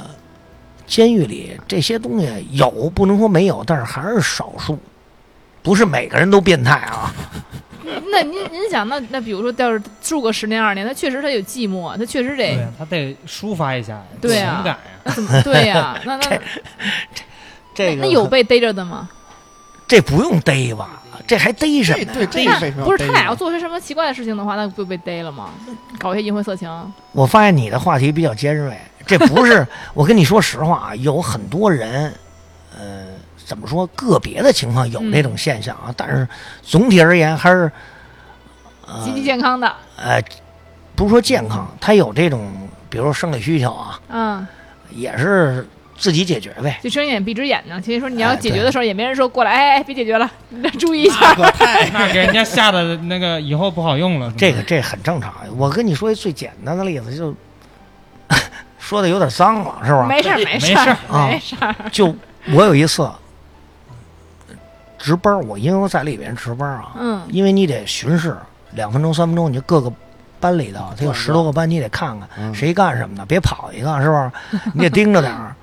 Speaker 6: 监狱里，这些东西有，不能说没有，但是还是少数，不是每个人都变态啊。
Speaker 3: 那您您想，那那比如说，要是住个十年二十年，他确实他有寂寞，他确实
Speaker 5: 对
Speaker 3: 得
Speaker 5: 呀，他得抒发一下
Speaker 3: 哎对啊
Speaker 5: 情感呀。
Speaker 3: 那怎么对呀、 那那
Speaker 6: 这
Speaker 3: 那有被逮着的吗？
Speaker 6: 这不用逮吧？这还逮什
Speaker 4: 这
Speaker 6: 么呀？
Speaker 4: 对这
Speaker 3: 那
Speaker 4: 为什么要
Speaker 3: 不是
Speaker 4: 逮
Speaker 3: 他俩
Speaker 4: 你
Speaker 3: 要做些什么奇怪的事情的话，那不就被逮了吗？搞一些淫秽色情，
Speaker 6: 我发现你的话题比较尖锐，这不是我跟你说实话啊，有很多人，呃，怎么说个别的情况有这种现象啊，但是总体而言还是，呃
Speaker 3: 积极健康的，
Speaker 6: 呃，不是说健康，他有这种比如说生理需求啊，
Speaker 3: 嗯，
Speaker 6: 也是自己解决呗。
Speaker 3: 就睁眼闭只眼睛。其实说你要
Speaker 6: 哎
Speaker 3: 解决
Speaker 6: 对
Speaker 3: 的时候，也没人说过来，哎哎，别解决了， 你注意一下。
Speaker 4: 可太
Speaker 5: 哎那给人家吓得那个以后不好用了。
Speaker 6: 这个这很正常。我跟你说一最简单的例子，就 说的有点脏了，是吧？
Speaker 3: 没事儿，没
Speaker 5: 事
Speaker 3: 儿，
Speaker 6: 啊
Speaker 3: 没事儿。
Speaker 6: 就我有一次值班儿，我因为我在里边值班儿啊，
Speaker 3: 嗯
Speaker 6: 因为你得巡视两分钟、三分钟，你就各个班里头，他有十多个班，你得看看谁干什么的，别跑一个，是吧？你得盯着点儿。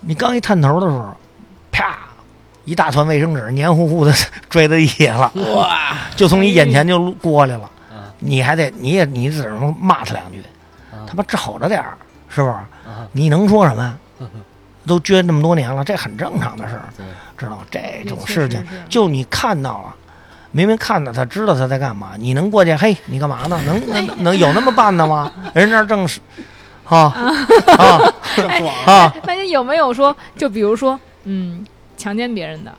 Speaker 6: 你刚一探头的时候，啪，一大团卫生纸黏糊糊的坠到地 下了，哇，就从你眼前就路过来了
Speaker 7: 啊。
Speaker 6: 你还得，你也你只能骂他两句，
Speaker 7: 啊
Speaker 6: 他妈瞅着点儿，是不是？
Speaker 7: 啊，
Speaker 6: 你能说什么 呀
Speaker 7: 嗯？
Speaker 6: 都撅这么多年了，这很正常的事儿，
Speaker 7: 对，
Speaker 6: 知道吗这种
Speaker 3: 也确
Speaker 6: 事
Speaker 3: 实
Speaker 6: 情
Speaker 3: 是，
Speaker 6: 就你看到了，明明看到他知道他在干嘛，你能过去？嘿，你干嘛 呢？能能能有那么办的吗？人家那儿正是，啊啊
Speaker 3: 哎
Speaker 4: 爽，
Speaker 6: 啊！
Speaker 3: 那你有没有说，就比如说，嗯，强奸别人的，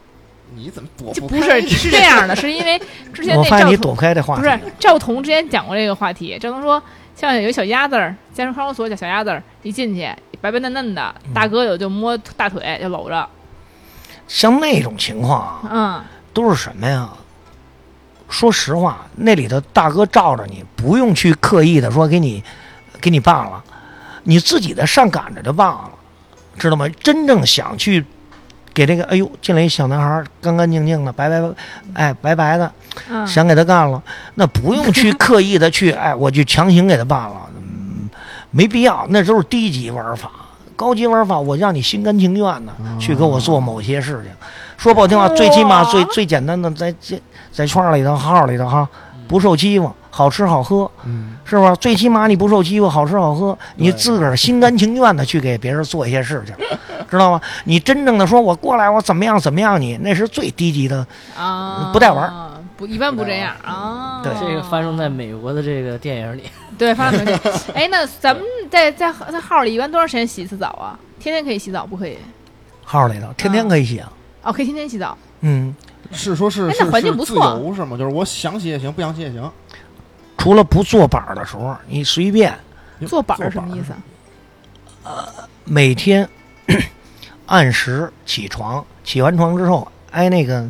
Speaker 4: 你怎么躲
Speaker 3: 就
Speaker 4: 不
Speaker 3: 不
Speaker 4: 开
Speaker 3: 是是这样的，是因为之前
Speaker 6: 我
Speaker 3: 那
Speaker 6: 发现
Speaker 3: 赵
Speaker 6: 你
Speaker 3: 彤
Speaker 6: 躲开这话
Speaker 3: 不
Speaker 6: 题
Speaker 3: 是，赵彤之前讲过这个话题，赵彤说像有一小鸭子儿，健身看守所小小鸭子儿一进去白白嫩嫩的，
Speaker 6: 嗯
Speaker 3: 大哥有就摸大腿就搂着，
Speaker 6: 像那种情况啊，
Speaker 3: 嗯，
Speaker 6: 都是什么呀？说实话，那里头大哥罩着你，不用去刻意的说给你给你办了，你自己的上赶着就办了，知道吗？真正想去给这个哎呦进来一小男孩儿干干净净的，白白哎白白的，
Speaker 3: 嗯，
Speaker 6: 想给他干了，那不用去刻意的去哎我去强行给他办了，嗯没必要，那都是低级玩法。高级玩法，我让你心甘情愿的
Speaker 4: 啊
Speaker 6: 去给我做某些事情。说不好听话，最起码最最简单的，在在在圈儿里头、号儿里头哈，不受欺负，好吃好喝，
Speaker 4: 嗯，
Speaker 6: 是吧？最起码你不受欺负，好吃好喝，你
Speaker 4: 对
Speaker 6: 自个儿心甘情愿的去给别人做一些事 情，知道吗？你真正的说我过来，我怎么样怎么样你，那是最低级的。
Speaker 3: 啊，
Speaker 6: 不带玩
Speaker 3: 儿，不一般不这样啊。
Speaker 6: 对
Speaker 7: 这个发生在美国的这个电影里，
Speaker 3: 对发生在 美国。哎，那咱们在在在号里一般多长时间洗一次澡啊？天天可以洗澡不可以？
Speaker 6: 号儿里头天天可以写，
Speaker 3: 哦，可以天天洗澡。
Speaker 6: 嗯，
Speaker 4: 是说是
Speaker 3: 哎那
Speaker 4: 是
Speaker 3: 环境
Speaker 4: 是
Speaker 3: 不
Speaker 4: 自
Speaker 3: 错
Speaker 4: 由是吗？就是我想洗也行，不想洗也行。
Speaker 6: 除了不做板儿的时候，你随便
Speaker 3: 坐板
Speaker 4: 坐
Speaker 3: 儿什么
Speaker 4: 板
Speaker 3: 意
Speaker 4: 儿
Speaker 3: 思啊？
Speaker 6: 每天 按时起床，起完床之后挨那个，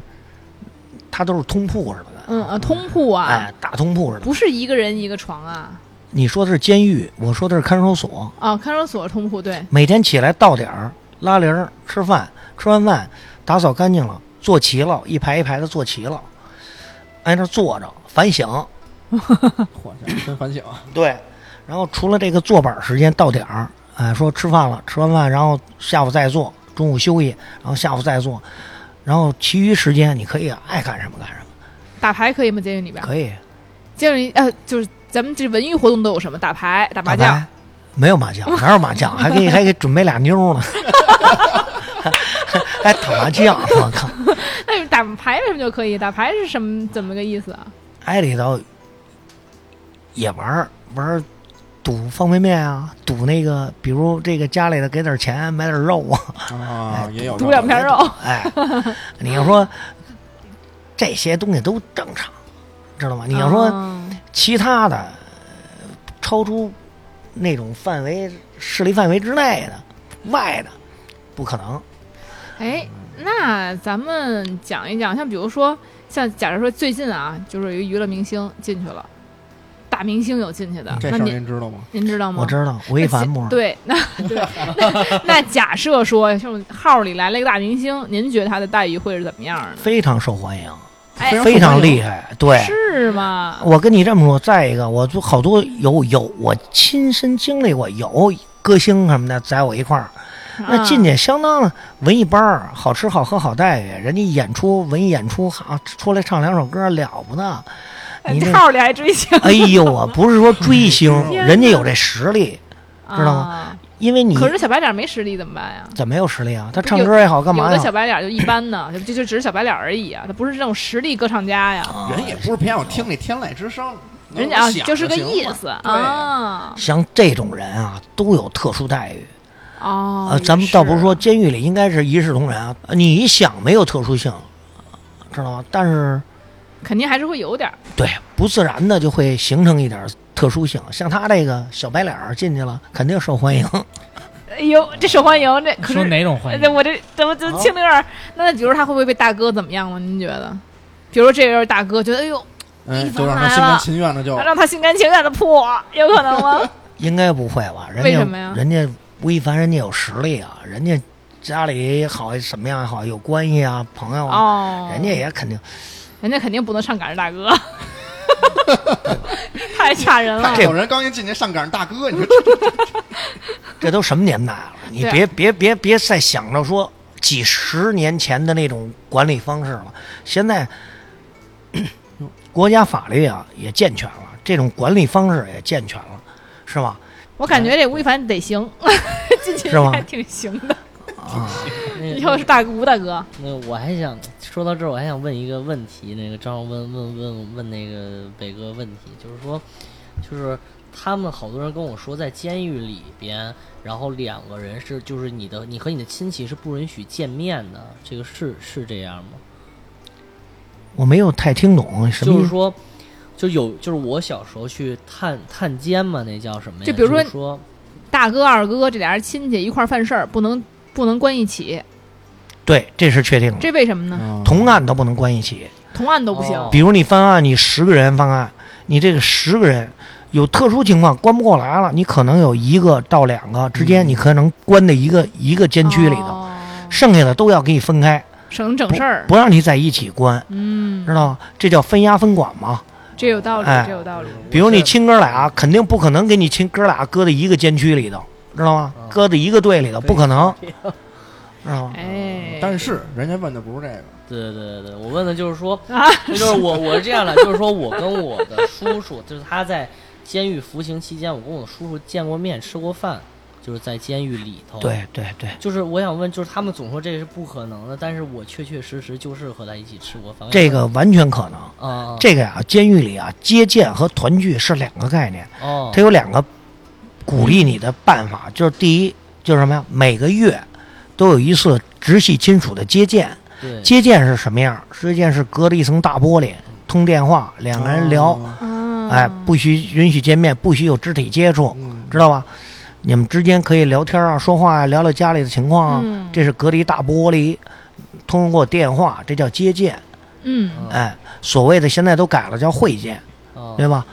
Speaker 6: 它都是通铺似的，
Speaker 3: 嗯啊，通铺啊，
Speaker 6: 哎，大通铺似的。
Speaker 3: 不是一个人一个床啊。
Speaker 6: 你说的是监狱，我说的是看守所。
Speaker 3: 哦，看守所通铺对。
Speaker 6: 每天起来到点儿拉铃儿吃饭，吃完饭打扫干净了，坐齐了，一排一排的坐齐了，挨那儿坐着反省。
Speaker 4: 嚯，真反省啊！
Speaker 6: 对，然后除了这个坐板儿时间到点儿，哎，说吃饭了，吃完饭然后下午再做，中午休息，然后下午再做，然后其余时间你可以爱干什么干什么，
Speaker 3: 打牌可以吗？监狱里边儿？
Speaker 6: 可以
Speaker 3: 监狱里呃，就是咱们这文娱活动都有什么？打牌、打麻
Speaker 6: 打
Speaker 3: 将
Speaker 6: 牌。，没有麻将，哪有麻将？还 给还给准备俩妞儿呢， 还打麻将，我靠！
Speaker 3: 那你 打牌为什么就可以？打牌是什么？怎么个意思啊？
Speaker 6: 挨里头也玩儿玩儿赌方便面啊，赌那个，比如这个家里头给点钱买点肉啊，
Speaker 4: 啊，也有
Speaker 3: 煮哎两片肉。
Speaker 6: 哎，你要说这些东西都正常，知道吗？你要说
Speaker 3: 哦
Speaker 6: 其他的，呃超出那种范围势力范围之内的、外的，不可
Speaker 3: 哦
Speaker 6: 能。
Speaker 3: 哎，那咱们讲一讲，像比如说，像假如说最近啊，就是有一个娱乐明星进去了，大明星有进去
Speaker 6: 嗯
Speaker 3: 的，
Speaker 4: 这
Speaker 3: 那
Speaker 4: 事儿
Speaker 3: 您
Speaker 4: 您知道吗？
Speaker 3: 您知道吗？
Speaker 6: 我知道违反不是？
Speaker 3: 对，那 对，那那假设说，像号里来了一个大明星，您觉得他的待遇会是怎么样的？
Speaker 6: 非常受欢迎，
Speaker 3: 哎
Speaker 6: 非常厉害。对，
Speaker 3: 是吗？
Speaker 6: 我跟你这么说，再一个，我就好多有有我亲身经历过，有歌星什么的在我一块儿，那进
Speaker 3: 去
Speaker 6: 去相当文艺班儿，好吃好喝好待遇，人家演出文艺演出好，出来唱两首歌了不得。你那
Speaker 3: 哎号里还追星，
Speaker 6: 哎呦啊，不是说追星，
Speaker 3: 天哪
Speaker 6: 人家有这实力， 知道吗
Speaker 3: 吗？
Speaker 6: 因为你
Speaker 3: 啊可是小白脸没实力怎么办呀？
Speaker 6: 怎么有实力啊？他唱歌也好，干
Speaker 3: 有
Speaker 6: 嘛
Speaker 3: 的小
Speaker 6: 呀？
Speaker 3: 白脸就一般呢，就就就只是小白脸而已啊，他不是这种实力歌唱家呀。
Speaker 4: 人也不是偏要听那天籁之声，
Speaker 3: 人家啊，
Speaker 4: 想
Speaker 3: 就是个
Speaker 4: 行
Speaker 3: 意
Speaker 4: 嘛
Speaker 3: 思
Speaker 4: 对
Speaker 3: 啊。
Speaker 6: 像这种人啊，都有特殊待遇。
Speaker 3: 哦，
Speaker 6: 呃，
Speaker 3: 也
Speaker 6: 咱们倒不
Speaker 3: 是
Speaker 6: 是说监狱里应该是一视同仁啊，你想没有特殊性，知道吗？但是
Speaker 3: 肯定还是会有点儿。
Speaker 6: 对不自然的就会形成一点特殊性。像他这个小白脸儿进去了，肯定受欢迎。
Speaker 3: 哎呦，这受欢迎，这可
Speaker 5: 说
Speaker 3: 是
Speaker 5: 哪种欢
Speaker 3: 哎这
Speaker 5: 迎？
Speaker 3: 我这怎么就听着有点儿？那比如说他会不会被大哥怎么样了？您觉得？比如说这个人大哥觉得，哎呦，
Speaker 4: 哎，
Speaker 3: 一
Speaker 4: 就
Speaker 3: 方
Speaker 4: 让他心
Speaker 3: 来
Speaker 4: 甘
Speaker 3: 了
Speaker 4: 情愿的就
Speaker 3: 让他心甘情愿的扑我，有可能吗？
Speaker 6: 应该不会吧？人家
Speaker 3: 为什么呀
Speaker 6: 人家吴亦凡，人家有实力啊，人家家里也好什么样也好，有关系啊，朋友啊，
Speaker 3: 哦，
Speaker 6: 人家也肯定。
Speaker 3: 人家肯定不能上赶着大哥，太吓人了
Speaker 4: 看。有人刚一进去上赶上大哥，你 说这
Speaker 6: 这都什么年代了？你
Speaker 3: 对
Speaker 6: 别别别别再想着说几十年前的那种管理方式了。现在 咳国家法律啊也健全了，这种管理方式也健全了，是吧？
Speaker 3: 我感觉这吴亦凡得行， 进去
Speaker 6: 是
Speaker 3: 应
Speaker 6: 吗
Speaker 3: 该挺行的。
Speaker 7: 那
Speaker 3: 以后是大哥吴大哥，
Speaker 7: 那我还想说到这儿，我还想问一个问题，那个张荣问问问问那个北哥问题，就是说，就是他们好多人跟我说，在监狱里边，然后两个人是就是你的你和你的亲戚是不允许见面的，这个是是这样吗？
Speaker 6: 我没有太听懂什么
Speaker 7: 就
Speaker 6: 意
Speaker 7: 是
Speaker 6: 思。
Speaker 7: 说，就有就是我小时候去探探监嘛，那叫什么呀？
Speaker 3: 就
Speaker 7: 就
Speaker 3: 比如说
Speaker 7: 是说
Speaker 3: 大哥二哥这俩人亲戚一块儿犯事儿，不能不能关一起，
Speaker 6: 对，这是确定的，
Speaker 3: 这为什么呢？
Speaker 6: 同案都不能关一起。
Speaker 3: 同案都不行。
Speaker 7: 哦
Speaker 6: 比如你犯案，你十个人犯案，你这个十个人有特殊情况关不过来了，你可能有一个到两个之间，你可能关在一个一个监区里头。
Speaker 3: 哦
Speaker 6: 剩下的都要给你分开，
Speaker 3: 省整
Speaker 6: 不
Speaker 3: 事儿，
Speaker 6: 不让你在一起关，
Speaker 3: 嗯，
Speaker 6: 知道吗？这叫分押分管嘛。
Speaker 3: 这有道理，
Speaker 6: 哎
Speaker 3: 这有道理，
Speaker 6: 比如你亲哥俩，肯定不可能给你亲哥俩搁在一个监区里头，知道吗？搁在一个队里头，不可能，知道吗？
Speaker 3: 哎，
Speaker 4: 但是人家问的不是这个，
Speaker 7: 对对对对，我问的就是说，
Speaker 3: 啊，
Speaker 7: 这 就是我我是这样的，就是说我跟我的叔叔，就是他在监狱服刑期间，我跟我叔叔见过面，吃过饭，就是在监狱里头。，
Speaker 6: 对对对，
Speaker 7: 就是我想问，就是他们总说这是不可能的，但是我确确实实就是和他一起吃过饭。哦
Speaker 6: 这个完全可能。
Speaker 7: 啊，
Speaker 6: 这个呀、监狱里啊，接见和团聚是两个概念，
Speaker 7: 哦，
Speaker 6: 它有两个鼓励你的办法，就是第一，就是什么呀？每个月都有一次直系亲属的接见，
Speaker 7: 对
Speaker 6: 接见是什么样？接见是隔着一层大玻璃，通电话，两个人聊，
Speaker 4: 哦
Speaker 3: 啊
Speaker 6: 哎，不许允许见面，不许有肢体接触，
Speaker 4: 嗯
Speaker 6: 知道吧？你们之间可以聊天啊，说话啊，聊聊家里的情况啊。
Speaker 3: 嗯
Speaker 6: 这是隔离大玻璃，通过电话，这叫接见。
Speaker 3: 嗯，
Speaker 6: 哎，所谓的现在都改了，叫会见，
Speaker 7: 哦
Speaker 6: 对吧？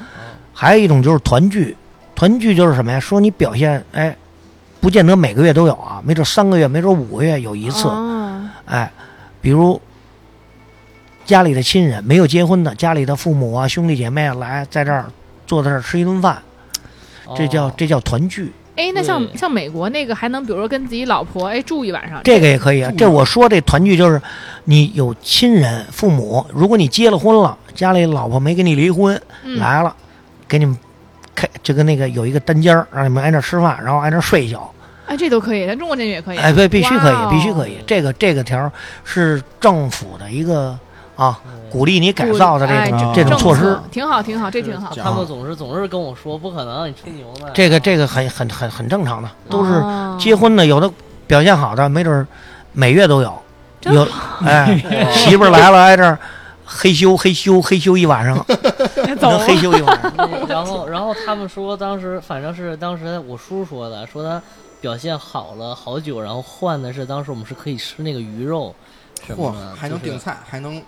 Speaker 6: 还有一种就是团聚，团聚就是什么呀？说你表现，哎，不见得每个月都有啊，没准三个月，没准五个月有一次。
Speaker 3: 啊
Speaker 6: 哎，比如家里的亲人没有结婚的，家里的父母啊、兄弟姐妹啊来在这儿坐在这儿吃一顿饭，这叫
Speaker 7: 哦
Speaker 6: 这叫团聚，
Speaker 3: 哎，那像
Speaker 7: 对
Speaker 3: 像美国那个还能，比如说跟自己老婆哎住一晚上，
Speaker 6: 这个也可
Speaker 7: 嗯
Speaker 6: 以啊。这我说这团聚就是你有亲人、父母，如果你结了婚了，家里老婆没跟你离婚、
Speaker 3: 嗯
Speaker 6: 来了，给你们开就跟那个有一个单间儿，让你们挨那儿吃饭，然后挨那儿睡一宿。
Speaker 3: 哎这都可以，咱中国监狱也可以，
Speaker 6: 哎，对，必须可
Speaker 3: 哇哦
Speaker 6: 以，必须可以。这个这个条儿是政府的一个啊，鼓励你改造的这
Speaker 3: 哎
Speaker 6: 种、
Speaker 4: 这
Speaker 6: 这种
Speaker 3: 政
Speaker 6: 措施
Speaker 3: 策。挺好，挺好，这挺好
Speaker 6: 这，
Speaker 7: 他们总是总是跟我说不可能，你吹牛呢。
Speaker 6: 这个这个很很很很正常的，都是
Speaker 3: 哦
Speaker 6: 结婚的，有的表现好的，没准儿每月都有，
Speaker 3: 真哦
Speaker 6: 有哎，媳妇儿来了挨这儿嘿咻 嘿咻嘿咻一晚上，
Speaker 3: 走
Speaker 6: 能嘿咻一晚上，
Speaker 7: 那 然后，然后他们说，当时反正是当时我叔说的，说他表现好了好久，然后换的是当时我们是可以吃那个鱼肉什么
Speaker 4: 嚯
Speaker 7: 的，，
Speaker 4: 还能
Speaker 7: 就是
Speaker 4: 订菜，还能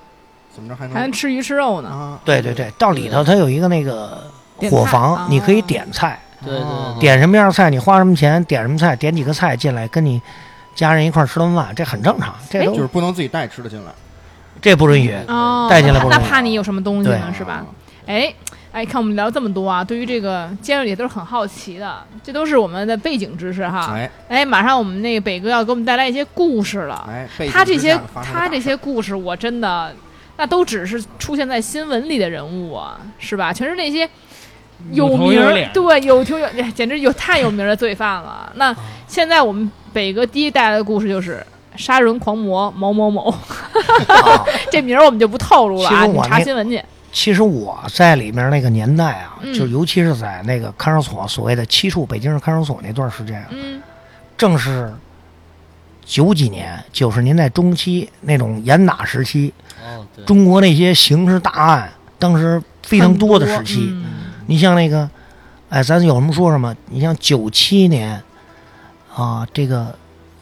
Speaker 4: 怎么着？还
Speaker 3: 还能
Speaker 4: 能
Speaker 3: 吃鱼吃肉呢，
Speaker 4: 啊？
Speaker 6: 对对对，到里头它有一个那个
Speaker 3: 点菜
Speaker 6: 伙房
Speaker 3: 哦，
Speaker 6: 你可以点菜，
Speaker 7: 对对对，
Speaker 6: 点什么样的菜，你花什么钱，点什么菜，点几个菜进来跟你家人一块儿吃顿饭，这很正常，这
Speaker 4: 就是
Speaker 6: 都
Speaker 4: 不能自己带吃的进来，
Speaker 6: 这不允许。
Speaker 3: 哦，
Speaker 6: 带进来
Speaker 3: 那
Speaker 6: 不
Speaker 3: 那
Speaker 6: 容易
Speaker 3: 怕你有什么东西
Speaker 6: 对
Speaker 3: 呢，是吧？哎。哎，看我们聊这么多啊，对于这个监狱里都是很好奇的，这都是我们的背景知识哈。
Speaker 4: 哎
Speaker 3: 哎，马上我们那个北哥要给我们带来一些故事了。
Speaker 4: 哎，背景
Speaker 3: 他这
Speaker 4: 之
Speaker 3: 些
Speaker 4: 下发生了
Speaker 3: 他
Speaker 4: 大
Speaker 3: 这
Speaker 4: 事
Speaker 3: 些故事，我真的那都只是出现在新闻里的人物啊，是吧？全是那些有
Speaker 5: 有头
Speaker 3: 名
Speaker 5: 有
Speaker 3: 儿
Speaker 5: 脸
Speaker 3: 对有头有哎简直有太有名儿的罪犯了。
Speaker 6: 啊
Speaker 3: 那现在我们北哥第一带来的故事就是。杀人狂魔某某某，
Speaker 6: 啊
Speaker 3: 这名儿我们就不透露了啊！
Speaker 6: 其实
Speaker 3: 你
Speaker 6: 我
Speaker 3: 查
Speaker 6: 那
Speaker 3: 新闻去。
Speaker 6: 其实我在里面那个年代啊，
Speaker 3: 嗯
Speaker 6: 就尤其是在那个看守所所谓的七处北京市看守所那段时间，啊
Speaker 3: 嗯，
Speaker 6: 正是九几年九十年代中期那种严打时期，
Speaker 7: 哦对，
Speaker 6: 中国那些刑事大案当时非常多的时期。
Speaker 3: 嗯
Speaker 6: 你像那个，哎，咱有什么说什么。你像九七年啊，这个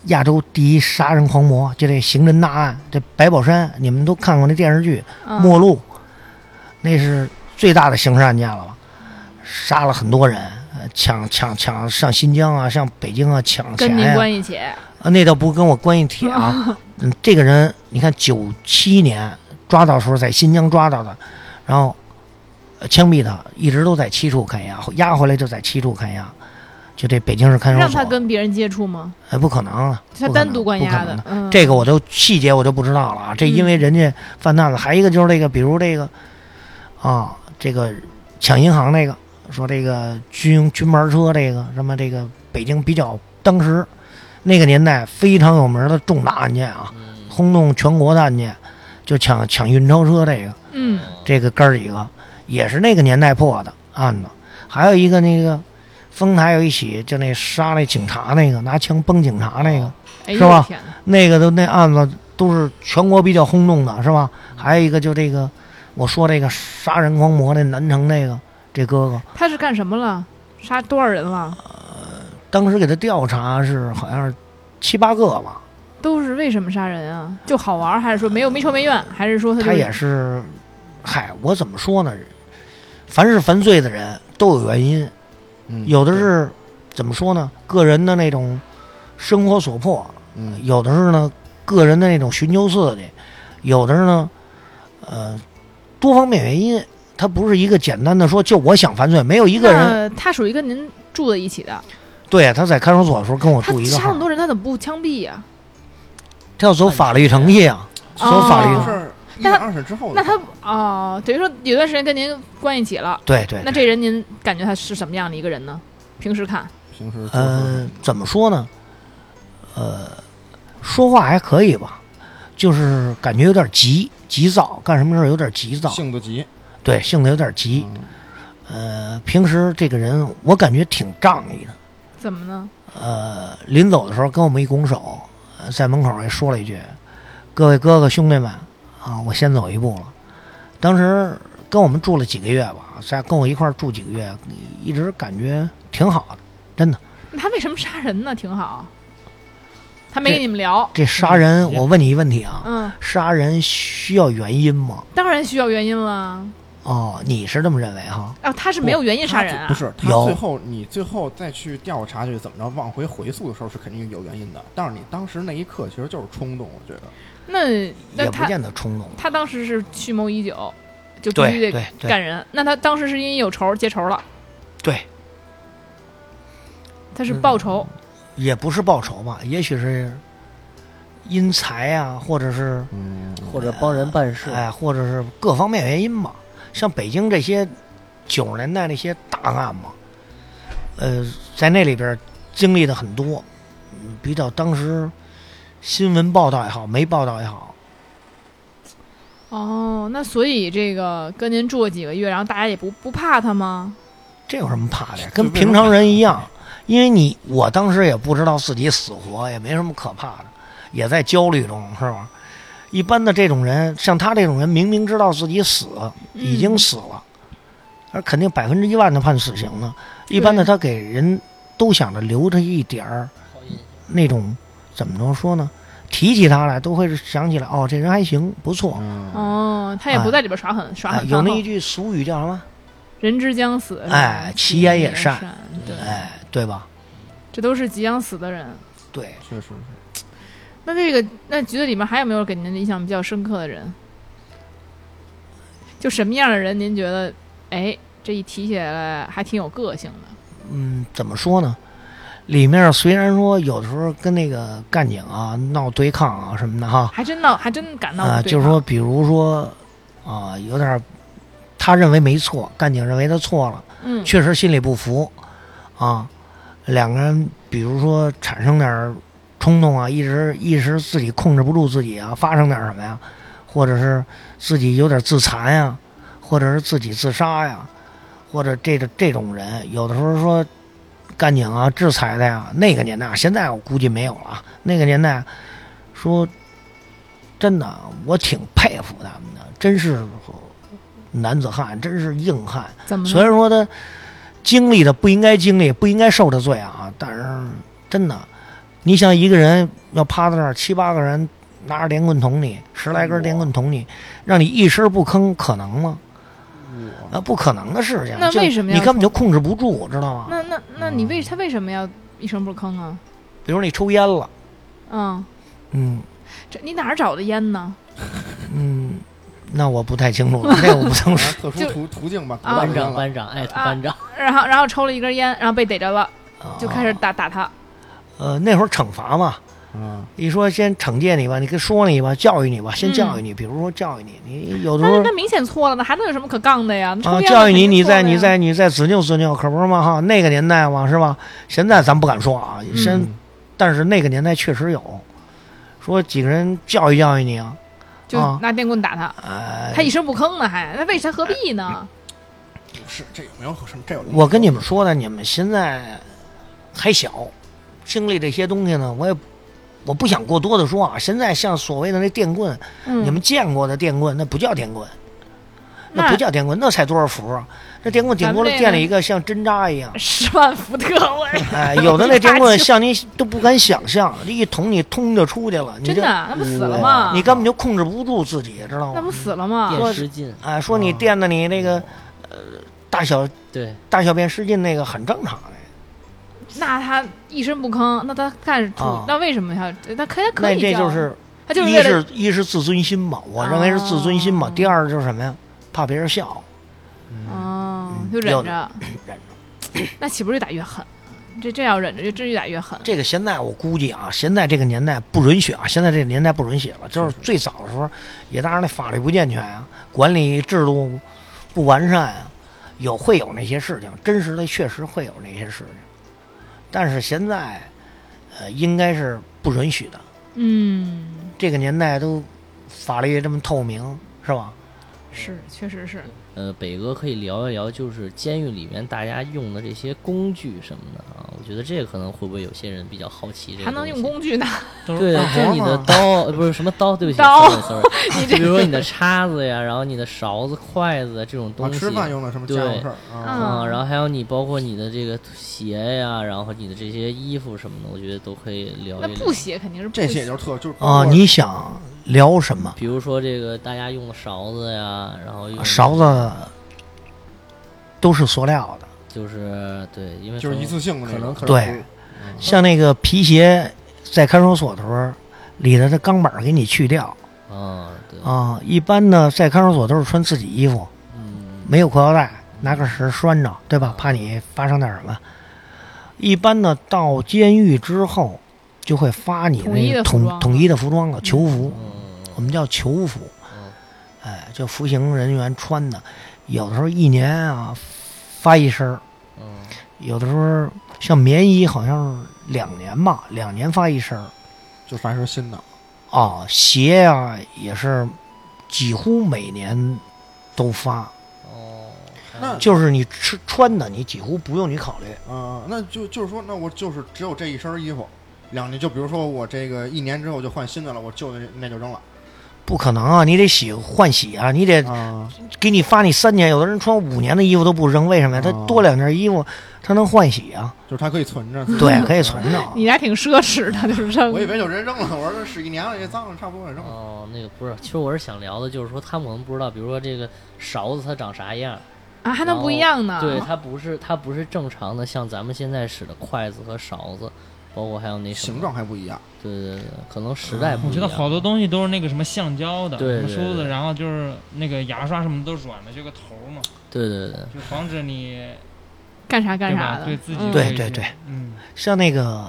Speaker 6: 亚洲第一杀人狂魔，就这刑侦大案，这白宝山，你们都看过那电视剧，
Speaker 3: 嗯
Speaker 6: 末路，那是最大的刑事案件了吧？杀了很多人，呃抢抢抢，上新疆啊，上北京啊，抢
Speaker 3: 跟
Speaker 6: 钱
Speaker 3: 您
Speaker 6: 呀、
Speaker 3: 关系铁，
Speaker 6: 啊那倒不跟我关系铁 啊。嗯，这个人，你看九七年抓到的时候在新疆抓到的，然后呃枪毙他，一直都在七处看押，押回来就在七处看押，就这北京市看守所。
Speaker 3: 让他跟别人接触吗？
Speaker 6: 哎，不可能啊，
Speaker 3: 他
Speaker 6: 不可
Speaker 3: 单
Speaker 6: 能
Speaker 3: 独关
Speaker 6: 不可
Speaker 3: 押
Speaker 6: 能
Speaker 3: 的
Speaker 6: 的。
Speaker 3: 嗯，
Speaker 6: 这个我都细节我就不知道了啊。这因为人家犯案了，还一个就是这个，比如这个啊，这个抢银行那个，说这个军军牌车这个什么这个北京比较当时那个年代非常有名的重大案件啊，轰动全国的案件，就抢抢运钞车这个
Speaker 3: 嗯，
Speaker 6: 这个哥儿几个也是那个年代破的案子，还有一个那个。丰台有一起，就那杀那警察那个，拿枪崩警察那个，
Speaker 3: 哎呦
Speaker 6: 是吧
Speaker 3: 天哪
Speaker 6: 那个都那案子都是全国比较轰动的，是吧？还有一个就这个，我说这个杀人狂魔那南城那个这哥哥，
Speaker 3: 他是干什么了？杀多少人了？
Speaker 6: 当时给他调查是好像是七八个吧，
Speaker 3: 都是为什么杀人啊？就好玩儿，还是说没有没仇没怨，还是说他就
Speaker 6: 他也是，嗨，我怎么说呢？凡是犯罪的人都有原因，
Speaker 4: 嗯
Speaker 6: 有的是怎么说呢？个人的那种生活所迫，
Speaker 4: 嗯
Speaker 6: 有的是呢个人的那种寻求刺激，有的呢，呃，多方面原因，他不是一个简单的说就我想犯罪，没有一个人
Speaker 3: 那他属于跟您住在一起的，
Speaker 6: 对他在看守所的时候跟我
Speaker 3: 他
Speaker 6: 住一个
Speaker 3: 杀
Speaker 6: 号
Speaker 3: 那么，多人，他怎么不枪毙呀、
Speaker 6: 他要走法律程序啊，走法律
Speaker 3: 哦
Speaker 6: 程
Speaker 4: 这
Speaker 6: 序，
Speaker 4: 是一
Speaker 3: 但
Speaker 4: 审
Speaker 3: 他
Speaker 4: 二审之后的
Speaker 3: 那他哦，等于说有段时间跟您关一起了，
Speaker 6: 对对。
Speaker 3: 那这人您感觉他是什么样的一个人呢？平时看，
Speaker 4: 平时做
Speaker 6: 呃
Speaker 4: 事，
Speaker 6: 怎么说呢？呃，说话还可以吧，就是感觉有点急急躁，干什么事儿有点急躁，
Speaker 4: 性子急，
Speaker 6: 对，性子有点急。
Speaker 4: 嗯
Speaker 6: 呃，平时这个人我感觉挺仗义的。
Speaker 3: 怎么呢？
Speaker 6: 呃，临走的时候跟我们一拱手，呃在门口还说了一句：“各位哥哥兄弟们啊，我先走一步了。”当时跟我们住了几个月吧，在跟我一块儿住几个月，一直感觉挺好的，真的。
Speaker 3: 那他为什么杀人呢？挺好，他没
Speaker 6: 这
Speaker 3: 跟你们聊。
Speaker 6: 这杀人，我问你一问题啊，
Speaker 3: 嗯，
Speaker 6: 杀人需要原因吗？
Speaker 3: 当然需要原因了。
Speaker 6: 哦，你是这么认为哈？
Speaker 3: 啊，他是没有原因杀人
Speaker 4: 他
Speaker 3: 啊
Speaker 4: 不？是，他
Speaker 6: 有
Speaker 4: 最后你最后再去调查去怎么着往回回溯的时候是肯定有原因的，但是你当时那一刻其实就是冲动，我觉得。
Speaker 3: 那那
Speaker 6: 也不
Speaker 3: 他
Speaker 6: 见得冲动。
Speaker 3: 他当时是蓄谋已久，就必须
Speaker 6: 对
Speaker 3: 得
Speaker 6: 对对
Speaker 3: 干人。那他当时是因为有仇结仇了，
Speaker 6: 对，嗯
Speaker 3: 他是报仇。
Speaker 6: 也不是报仇吧，也许是因财啊，或者是
Speaker 4: 嗯，
Speaker 7: 或者帮人办事，
Speaker 6: 哎，或者是各方面原因吧。像北京这些九十年代那些大案嘛，呃，在那里边经历的很多，嗯比较当时新闻报道也好，没报道也好，
Speaker 3: 哦，那所以这个跟您住了几个月，然后大家也不不怕他吗？
Speaker 6: 这有什么怕的呀？
Speaker 4: 就
Speaker 6: 跟
Speaker 4: 为什么
Speaker 6: 平常人一样，因为你我当时也不知道自己死活，也没什么可怕的，也在焦虑中，是吧？一般的这种人，像他这种人，明明知道自己死，已
Speaker 3: 嗯
Speaker 6: 经死了，而肯定百分之一万的判死刑呢。一般的，他给人都想着留着一点儿那种怎么着说呢？提起他来，都会想起来，哦，这人还行，不错。
Speaker 4: 嗯
Speaker 3: 哦，他也不
Speaker 6: 哎
Speaker 3: 在里边耍狠、耍
Speaker 6: 哎
Speaker 3: 狠。
Speaker 6: 有那一
Speaker 3: 句
Speaker 6: 句俗语叫什么？
Speaker 3: “人之将死”，
Speaker 6: 哎
Speaker 3: 是吧
Speaker 6: 其言也
Speaker 3: 也
Speaker 6: 善
Speaker 3: 对，
Speaker 6: 哎，对吧？
Speaker 3: 这都是即将死的人。
Speaker 6: 对，
Speaker 4: 确 实是。
Speaker 3: 那这个那局子里面还有没有给您印象比较深刻的人？就什么样的人，您觉得，哎，这一提起来还挺有个性的？
Speaker 6: 嗯，怎么说呢？里面虽然说有的时候跟那个干警啊闹对抗啊什么的哈，
Speaker 3: 还真闹，还真敢闹、
Speaker 6: 啊，就是说，比如说啊，有点儿他认为没错，干警认为他错了，
Speaker 3: 嗯，
Speaker 6: 确实心里不服啊，两个人比如说产生点儿冲动啊，一时一时自己控制不住自己啊，发生点儿什么呀，或者是自己有点自残呀，或者是自己自杀呀，或者这个这种人，有的时候说干警啊、制裁的呀，那个年代啊，现在我估计没有了啊，那个年代说真的，我挺佩服他们的，真是男子汉，真是硬汉。
Speaker 3: 怎么
Speaker 6: 虽然说他经历的不应该经历，不应该受的罪啊，但是真的，你想一个人要趴在那儿，七八个人拿着电棍捅你，十来根电棍捅你，让你一声不吭，可能吗？啊，不可能的事情。
Speaker 3: 那
Speaker 6: 就
Speaker 3: 为什么要
Speaker 6: 你根本就控制不住，知道吗？
Speaker 3: 那那那你为他为什么要一声不吭啊？
Speaker 6: 比如你抽烟了，
Speaker 3: 嗯，
Speaker 6: 嗯
Speaker 3: 这你哪儿找的烟呢？
Speaker 6: 嗯，那我不太清楚 了，那我不能说
Speaker 4: 啊特殊
Speaker 3: 就
Speaker 4: 途途径吧，
Speaker 3: 啊
Speaker 4: 完
Speaker 7: 班
Speaker 4: 整
Speaker 7: 长
Speaker 4: 了。
Speaker 7: 班长艾特
Speaker 3: 啊
Speaker 7: 班长，
Speaker 3: 然后然后抽了一根烟，然后被逮着了，就开始
Speaker 6: 啊
Speaker 3: 打打他。
Speaker 6: 呃，那会儿惩罚嘛，
Speaker 4: 嗯，
Speaker 6: 一说先惩戒你吧，你跟说你吧，教育你吧，先教育
Speaker 3: 嗯
Speaker 6: 你，比如说教育你，你有的
Speaker 3: 那
Speaker 6: 时候
Speaker 3: 那明显错了，那还能有什么可杠的呀？抽
Speaker 6: 啊，
Speaker 3: 烟
Speaker 6: 教育你，
Speaker 3: 肯定
Speaker 6: 你
Speaker 3: 错了
Speaker 6: 再
Speaker 3: 呀
Speaker 6: 你再你再执拗执拗，可不是嘛哈？那个年代嘛是吧？现在咱不敢说啊，现、
Speaker 4: 嗯
Speaker 6: 但是那个年代确实有，说几个人教育教育你啊，
Speaker 3: 就
Speaker 6: 啊
Speaker 3: 拿电棍打他，
Speaker 6: 哎，
Speaker 3: 他一声不吭呢，还那为啥何必呢？
Speaker 4: 不是这有没有什么？这有
Speaker 6: 我跟你们说的，你们现在还小，经历这些东西呢，我也我不想过多的说啊。现在像所谓的那电棍，
Speaker 3: 嗯，
Speaker 6: 哎你们见过的电棍，那不叫电棍，那
Speaker 3: 那
Speaker 6: 不叫电棍，那才多少伏啊？那电棍顶多了
Speaker 3: 咱们这
Speaker 6: 建
Speaker 3: 个
Speaker 6: 了一个像针扎一样。
Speaker 3: 十万伏特，我
Speaker 6: 哎，有的那
Speaker 3: 真
Speaker 6: 真
Speaker 3: 霸
Speaker 6: 棍
Speaker 3: 气
Speaker 6: 像你都不敢想象，这一捅你通就出去了， 你
Speaker 3: 真
Speaker 6: 就
Speaker 3: 的啊那不死了吗？
Speaker 6: 你根本就控制不住自己，知道
Speaker 3: 那
Speaker 6: 吗
Speaker 3: 不？死了吗？
Speaker 7: 电失禁，
Speaker 6: 哎，说你垫的你那个呃大小
Speaker 7: 对，
Speaker 6: 大小便失禁那个很正常哎的，
Speaker 3: 那他一声不吭，那他干出
Speaker 6: 啊
Speaker 3: 那为什么他他可以可
Speaker 6: 那
Speaker 3: 以啊
Speaker 6: 这
Speaker 3: 叫
Speaker 6: 就是
Speaker 3: 他就是
Speaker 6: 一
Speaker 3: 为了
Speaker 6: 是一是自尊心吧，我认为是自尊心吧。
Speaker 3: 哦
Speaker 6: 第二就是什么呀？怕别人笑，
Speaker 3: 哦，
Speaker 6: 嗯
Speaker 3: 就忍
Speaker 6: 要
Speaker 3: 着，
Speaker 6: 忍着。
Speaker 3: 那岂不是越打越狠？这这要忍着，就真越打越狠。
Speaker 6: 这个现在我估计啊，现在这个年代不允许啊，现在这个年代不允许了。就是最早的时候，也当然那法律不健全啊，管理制度不完善啊，有会有那些事情，真实的确实会有那些事情。但是现在，呃，应该是不允许的。
Speaker 3: 嗯，
Speaker 6: 这个年代都法律这么透明，是吧？
Speaker 3: 是，确实是。
Speaker 7: 呃，北哥可以聊一聊，就是监狱里面大家用的这些工具什么的啊，我觉得这个可能会不会有些人比较好奇这个。
Speaker 3: 还能用？工具呢？
Speaker 7: 对，就是你的刀，呃不是什么刀，对不起
Speaker 3: 刀
Speaker 7: ，sorry，sorry，
Speaker 3: 你
Speaker 7: 就比如
Speaker 3: 这
Speaker 7: 说你的叉子呀，然后你的勺子、筷子这种
Speaker 4: 啊，
Speaker 7: 东西。
Speaker 4: 吃饭用的什么家伙事儿啊？
Speaker 3: 啊
Speaker 7: 嗯，然后还有你包括你的这个鞋呀，然后你的这些衣服什么的，我觉得都可以聊一
Speaker 3: 那
Speaker 7: 聊。
Speaker 3: 布鞋肯定是布
Speaker 4: 这些
Speaker 3: 鞋
Speaker 4: 也就是特就是
Speaker 6: 啊、你想聊什么？
Speaker 7: 比如说这个大家用的勺子呀，然后用
Speaker 6: 勺子都是塑料的，
Speaker 7: 就是对，因为
Speaker 4: 就是一次性的那
Speaker 7: 可
Speaker 4: 种
Speaker 7: 能
Speaker 4: 可
Speaker 6: 对
Speaker 4: 能
Speaker 6: 像那个皮鞋，在看守所的时候，里头的钢板儿给你去掉
Speaker 7: 嗯对，
Speaker 6: 啊、一般呢，在看守所都是穿自己衣服，
Speaker 7: 嗯
Speaker 6: 没有裤腰带，拿个绳儿拴着，对吧？怕你发生点什么。一般呢，到监狱之后，就会发你
Speaker 3: 统一
Speaker 6: 那
Speaker 3: 的
Speaker 6: 个
Speaker 3: 服装
Speaker 6: 统统一的服装了，囚服。
Speaker 7: 嗯
Speaker 6: 我们叫囚服
Speaker 7: 嗯，
Speaker 6: 哎，就服刑人员穿的，有的时候一年啊发一身儿，
Speaker 7: 嗯
Speaker 6: 有的时候像棉衣好像是两年吧，两年发一身儿
Speaker 4: 就凡是新的，
Speaker 6: 啊，鞋呀、也是几乎每年都发，
Speaker 7: 哦，
Speaker 3: 嗯
Speaker 4: 那
Speaker 6: 就是你吃穿的你几乎不用你考虑，
Speaker 4: 啊，那就就是说，那我就是只有这一身衣服，两年就比如说我这个一年之后就换新的了，我旧的那就扔了
Speaker 6: 不可能啊，你得洗换洗啊，你得
Speaker 4: 啊。
Speaker 6: 给你发你三年，有的人穿五年的衣服都不扔，为什么呀？他
Speaker 4: 哦
Speaker 6: 多两件衣服，他能换洗啊，
Speaker 4: 就是它可以存 着，
Speaker 6: 对，可以存。着啊。
Speaker 3: 你还挺奢侈的，就是这。
Speaker 4: 我以为就直接扔了，我说这使一年了，也脏了，差不多也扔了。
Speaker 7: 哦，那个不是，其实我是想聊的，就是说他们可能不知道，比如说这个勺子它长啥样，
Speaker 3: 啊，还能不一样呢。
Speaker 7: 对，它不是它不是正常的，像咱们现在使的筷子和勺子，包括还有那什么
Speaker 4: 形状还不一样，
Speaker 7: 对对对，可能时代不
Speaker 5: 我
Speaker 7: 一
Speaker 5: 觉
Speaker 7: 样。
Speaker 5: 得好多东西都是那个什么橡胶的，什
Speaker 7: 对
Speaker 5: 么
Speaker 7: 对
Speaker 5: 梳
Speaker 7: 对
Speaker 5: 子，然后就是那个牙刷什么都软的，就个头嘛，
Speaker 7: 对对对，
Speaker 5: 就防止你
Speaker 3: 干啥干
Speaker 5: 对
Speaker 3: 啥
Speaker 5: 吧？
Speaker 3: 的。
Speaker 5: 对自己
Speaker 3: 嗯
Speaker 5: 有
Speaker 6: 对
Speaker 5: 一些
Speaker 6: 对，
Speaker 5: 嗯，
Speaker 6: 像那个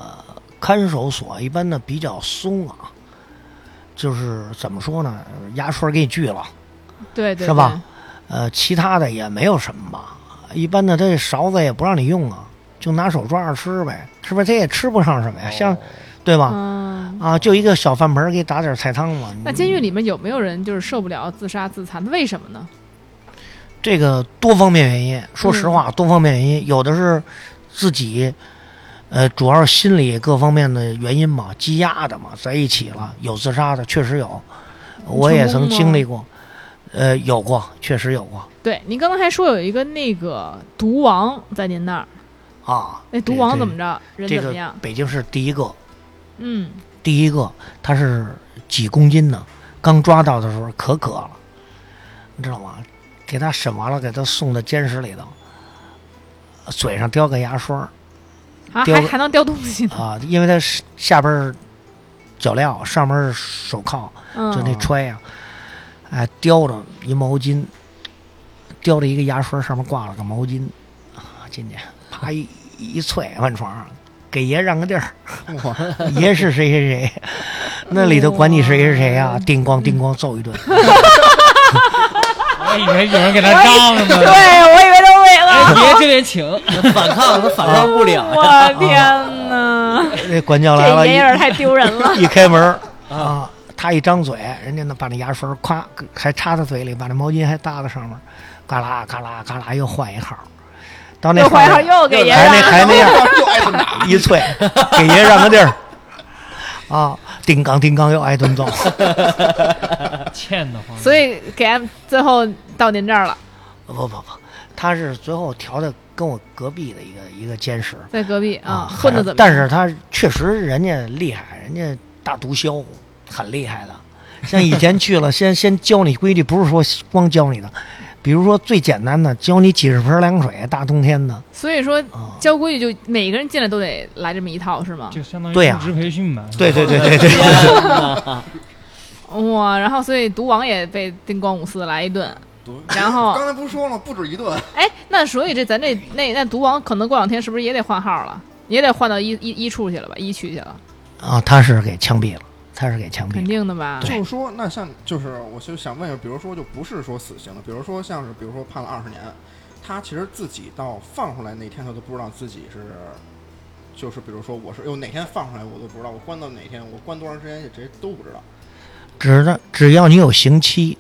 Speaker 6: 看守所一般的比较松啊，就是怎么说呢，牙刷给你锯了，
Speaker 3: 对对
Speaker 6: 是吧？呃，其他的也没有什么吧。一般的这勺子也不让你用啊，就拿手抓着吃呗，是吧？这也吃不上什么哎呀，像
Speaker 7: 哦
Speaker 6: 对
Speaker 3: 对
Speaker 6: 吧？
Speaker 3: 嗯。
Speaker 6: 啊，就一个小饭盆儿给你打点菜汤嘛。
Speaker 3: 那监狱里面有没有人就是受不了自杀自残？为什么呢？
Speaker 6: 这个多方面原因，说
Speaker 3: 嗯
Speaker 6: 实话，多方面原因，有的是自己，呃，主要是心理各方面的原因嘛，积压的嘛，在一起了，有自杀的，确实有，我也曾经历过，呃，有过，确实有过
Speaker 3: 对您刚才还说有一个那个毒王在您那儿，
Speaker 6: 啊。
Speaker 3: 那毒
Speaker 6: 对
Speaker 3: 王
Speaker 6: 对
Speaker 3: 怎么着？人
Speaker 6: 这
Speaker 3: 怎
Speaker 6: 个
Speaker 3: 么样？
Speaker 6: 北京市第一个，
Speaker 3: 嗯，
Speaker 6: 第一个他是几公斤呢？刚抓到的时候可渴了，你知道吗？给他审完了，给他送到监室里头，嘴上叼个牙刷儿。
Speaker 3: 啊，
Speaker 6: 丢
Speaker 3: 还
Speaker 6: 了
Speaker 3: 还能掉东西呢。
Speaker 6: 啊，因为它是下边儿脚镣，上边儿是手铐，
Speaker 3: 嗯，
Speaker 6: 就那揣呀、哎，叼着一毛巾，叼着一个牙刷，上面挂了个毛巾，啊，进去，啪一一踹换床上，给爷让个地 儿，
Speaker 4: 我
Speaker 6: 爷是谁谁谁，那里头管你谁是谁呀、
Speaker 3: 哇
Speaker 6: 叮咣叮咣揍一 顿，
Speaker 5: 我以为哎有人给他张了 呢，
Speaker 3: 对，我以为都没了。
Speaker 5: 哎，爷就得请，
Speaker 7: 反抗他反
Speaker 6: 啊
Speaker 7: 抗不了呀。
Speaker 3: 我天哪，
Speaker 6: 这管教来
Speaker 3: 这
Speaker 6: 了，
Speaker 3: 爷有点
Speaker 6: 一
Speaker 3: 太丢人了。
Speaker 6: 一开门儿啊。他一张嘴，人家呢把那牙刷夸还插在嘴里，把那毛巾还搭在上面，嘎啦嘎啦嘎啦又换一号，到 那
Speaker 3: 又
Speaker 6: 号
Speaker 3: 怀
Speaker 6: 儿
Speaker 3: 上又 给爷
Speaker 6: 还那
Speaker 3: 了。
Speaker 6: 还那样，
Speaker 4: 就爱他打。
Speaker 6: 一啐，给爷让个地儿。啊，叮当叮当又挨顿揍。
Speaker 5: 欠的慌。
Speaker 3: 所以给俺最后到您这儿了，
Speaker 6: 不不不，他是最后调的跟我隔壁的一个一个监室
Speaker 3: 在隔壁啊，
Speaker 6: 还
Speaker 3: 混的怎么样？
Speaker 6: 但是他确实人家厉害，人家大毒枭很厉害的。像以前去了，先先教你规矩，不是说光教你的，比如说最简单的，教你几十盆凉水，大冬天的
Speaker 3: 所以说
Speaker 6: 啊。
Speaker 3: 交规矩就每个人进来都得来这么一套是吗？
Speaker 5: 就相当于
Speaker 6: 对呀
Speaker 5: 入职培训嘛，
Speaker 6: 对对对对对，
Speaker 3: 哇！然后所以毒王也被叮咣五四来一顿，然后
Speaker 4: 刚才不是说了，不止一顿，
Speaker 3: 哎，那所以这咱这那那毒王可能过两天是不是也得换号了？也得换到一一一处去了吧，一区去了，
Speaker 6: 啊，他是给枪毙了，他是给枪毙
Speaker 3: 肯
Speaker 6: 了。
Speaker 3: 定的吧？
Speaker 4: 就是说，那像就是，我就想问一下，比如说，就不是说死刑了，比如说像是，比如说判了二十年，他其实自己到放出来那天，他都不知道自己是，就是比如说我是，哟哪天放出来我都不知道，我关到哪天，我关多长时间，这些都不知道。
Speaker 6: 只要只要你有刑期，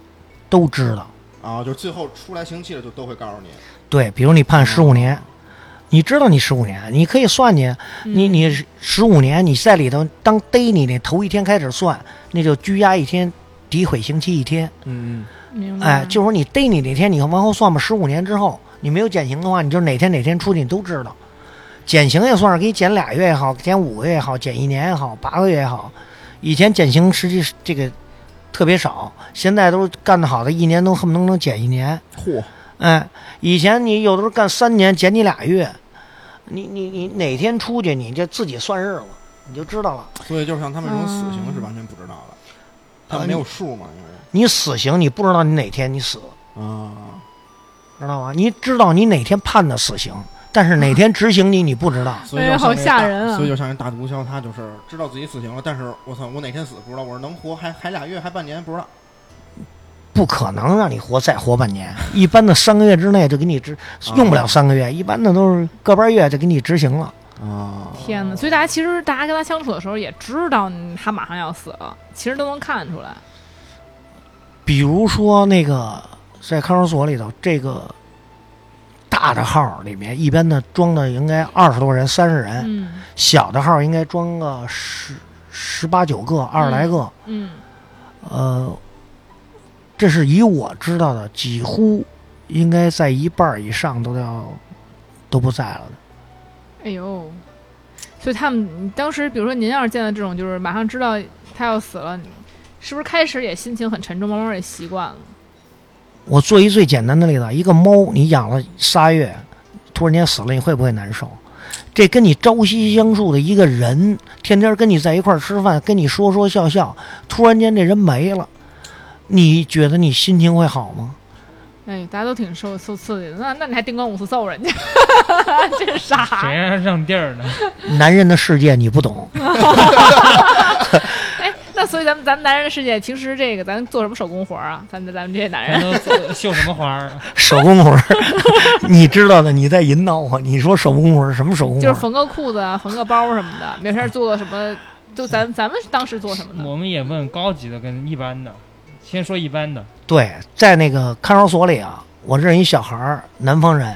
Speaker 6: 都知道。
Speaker 4: 啊，就最后出来刑期了，就都会告诉你。
Speaker 6: 对，比如你判十五年，你知道你十五年，你可以算计，你
Speaker 3: 嗯
Speaker 6: 你十五年你在里头，当逮你那头一天开始算，那就拘押一天，诋毁刑期一天。
Speaker 4: 嗯
Speaker 3: 明白
Speaker 6: 哎，就是说你逮你那天，你往后算吧，十五年之后你没有减刑的话，你就哪天哪天出去你都知道。减刑也算是给你减俩月也好，减五个月也好，减一年也好，八个月也好。以前减刑实际是这个特别少，现在都干得好的，一年都恨不得能减一年。
Speaker 4: 嚯，
Speaker 6: 哎，以前你有的时候干三年，减你俩月，你你你哪天出去，你就自己算日子，你就知道了。
Speaker 4: 所以就像他们这种死刑是
Speaker 3: 嗯
Speaker 4: 完全不知道的，他们没有数嘛，因为
Speaker 6: 你死刑，你不知道你哪天你死了，
Speaker 4: 啊，
Speaker 6: 知道吗？你知道你哪天判的死刑，但是哪天执行你，你不知道。
Speaker 4: 所以
Speaker 3: 哎
Speaker 4: 就
Speaker 3: 呀
Speaker 4: 像
Speaker 3: 好
Speaker 4: 那
Speaker 3: 吓
Speaker 4: 大
Speaker 3: 人啊
Speaker 4: 所以就像人大毒枭，他就是知道自己死刑了，但是我操，我哪天死不知道，我是能活还还俩月还半年不知道。
Speaker 6: 不可能让你活再活半年，一般的三个月之内就给你执，用不了三个月，一般的都是个把月就给你执行了。
Speaker 4: 啊，
Speaker 3: 天哪！所以大家其实大家跟他相处的时候也知道他马上要死了，其实都能看出来。
Speaker 6: 比如说那个在看守所里头，这个大的号里面一般的装的应该二十多人、三十
Speaker 4: 哎
Speaker 6: 人，
Speaker 3: 嗯
Speaker 6: 小的号应该装个十十八九个、二十来个。
Speaker 3: 嗯
Speaker 6: 呃，这是以我知道的，几乎应该在一半儿以上都要都不在了的。
Speaker 3: 哎呦，所以他们当时，比如说您要是见到这种，就是马上知道他要死了，你是不是开始也心情很沉重，慢慢也习惯了？
Speaker 6: 我做一最简单的例子，一个猫你养了仨月，突然间死了，你会不会难受？这跟你朝夕相处的一个人，天天跟你在一块儿吃饭，跟你说说笑笑，突然间这人没了，你觉得你心情会好吗？
Speaker 3: 哎，大家都挺受受刺激的，那那你还叮咣五四揍人家， 真是傻
Speaker 5: 谁。让让 地儿呢？
Speaker 6: 男人的世界你不懂，
Speaker 3: 哎，那所以咱们咱们男人的世界，平时这个咱做什么手工活儿啊？咱们咱们这些男
Speaker 5: 咱
Speaker 3: 人，
Speaker 5: 都自绣什么花儿啊？
Speaker 6: 手工活儿， 你知道的，你在引导我。你说手工活儿什么手工活
Speaker 3: 就
Speaker 6: 儿？
Speaker 3: 是缝个裤子啊，缝个包什么 的，没事儿做个什么，就咱咱们当时做什么呢？
Speaker 5: 我们也问高级的跟一般的，先说一般的，
Speaker 6: 对，在那个看守所里啊，我认一小孩儿，南方人，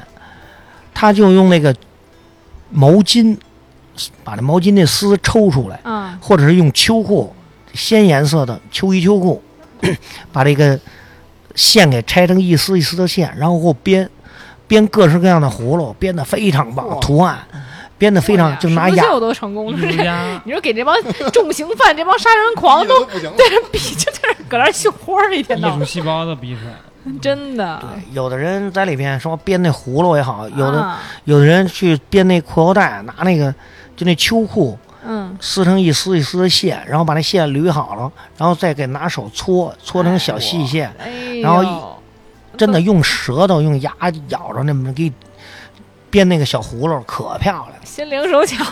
Speaker 6: 他就用那个毛巾，把那毛巾那丝抽出来，
Speaker 3: 啊，
Speaker 6: 或者是用秋裤，鲜颜色的秋衣秋裤， 把这个线给拆成一丝一丝的线，然后给我编编各式各样的葫芦，编的非常棒，
Speaker 4: 哇
Speaker 6: 图案编的非
Speaker 3: 哎
Speaker 6: 常
Speaker 3: 呀
Speaker 6: 就拿
Speaker 3: 什么
Speaker 6: 牙
Speaker 3: 秀都成功
Speaker 5: 艺
Speaker 3: 了。
Speaker 5: 术家
Speaker 3: 你说给这帮重刑犯、这帮杀人狂哦都
Speaker 4: 都不行了
Speaker 3: 在这比，就在这搁那儿绣花儿，一天
Speaker 5: 艺
Speaker 3: 到
Speaker 5: 术
Speaker 3: 晚，
Speaker 5: 细胞都逼出来了。
Speaker 3: 真的。
Speaker 6: 有的人在里边说编那葫芦也好，有的、
Speaker 3: 啊
Speaker 6: 有的人去编那裤腰带，拿那个就那秋裤
Speaker 3: 嗯，
Speaker 6: 撕成一丝一丝的线，然后把那线捋好了，然后再给拿手搓搓成小细线，
Speaker 3: 哎呦，
Speaker 6: 然后真的用舌头用牙咬着那么给编那个小葫芦，可漂亮了。
Speaker 3: 心灵手巧，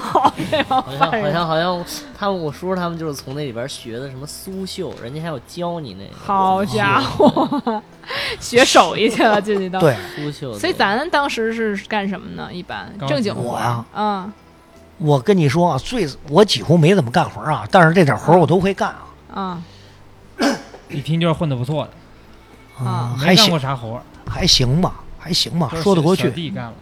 Speaker 3: 这帮
Speaker 7: 好像
Speaker 3: 犯
Speaker 7: 好
Speaker 3: 人。
Speaker 7: 像好像他们我叔叔他们就是从那里边学的什么苏绣，人家还有教你那个
Speaker 3: 好家伙， 学手艺去了，进去到。
Speaker 6: 对
Speaker 7: 苏绣的。
Speaker 3: 所以咱当时是干什么呢？一般
Speaker 5: 钢琴
Speaker 3: 正经
Speaker 6: 我
Speaker 3: 活
Speaker 6: 呀、
Speaker 3: 嗯
Speaker 6: 我跟你说啊，最我几乎没怎么干活啊，但是这点活我都会干啊。
Speaker 3: 啊
Speaker 5: 一听就是混得不错的，
Speaker 3: 啊！
Speaker 5: 没
Speaker 6: 还
Speaker 5: 干
Speaker 6: 行
Speaker 5: 过啥活儿，
Speaker 6: 还行吧，还行吧
Speaker 5: 都，是
Speaker 6: 说得过
Speaker 5: 小
Speaker 6: 去。
Speaker 5: 弟干了，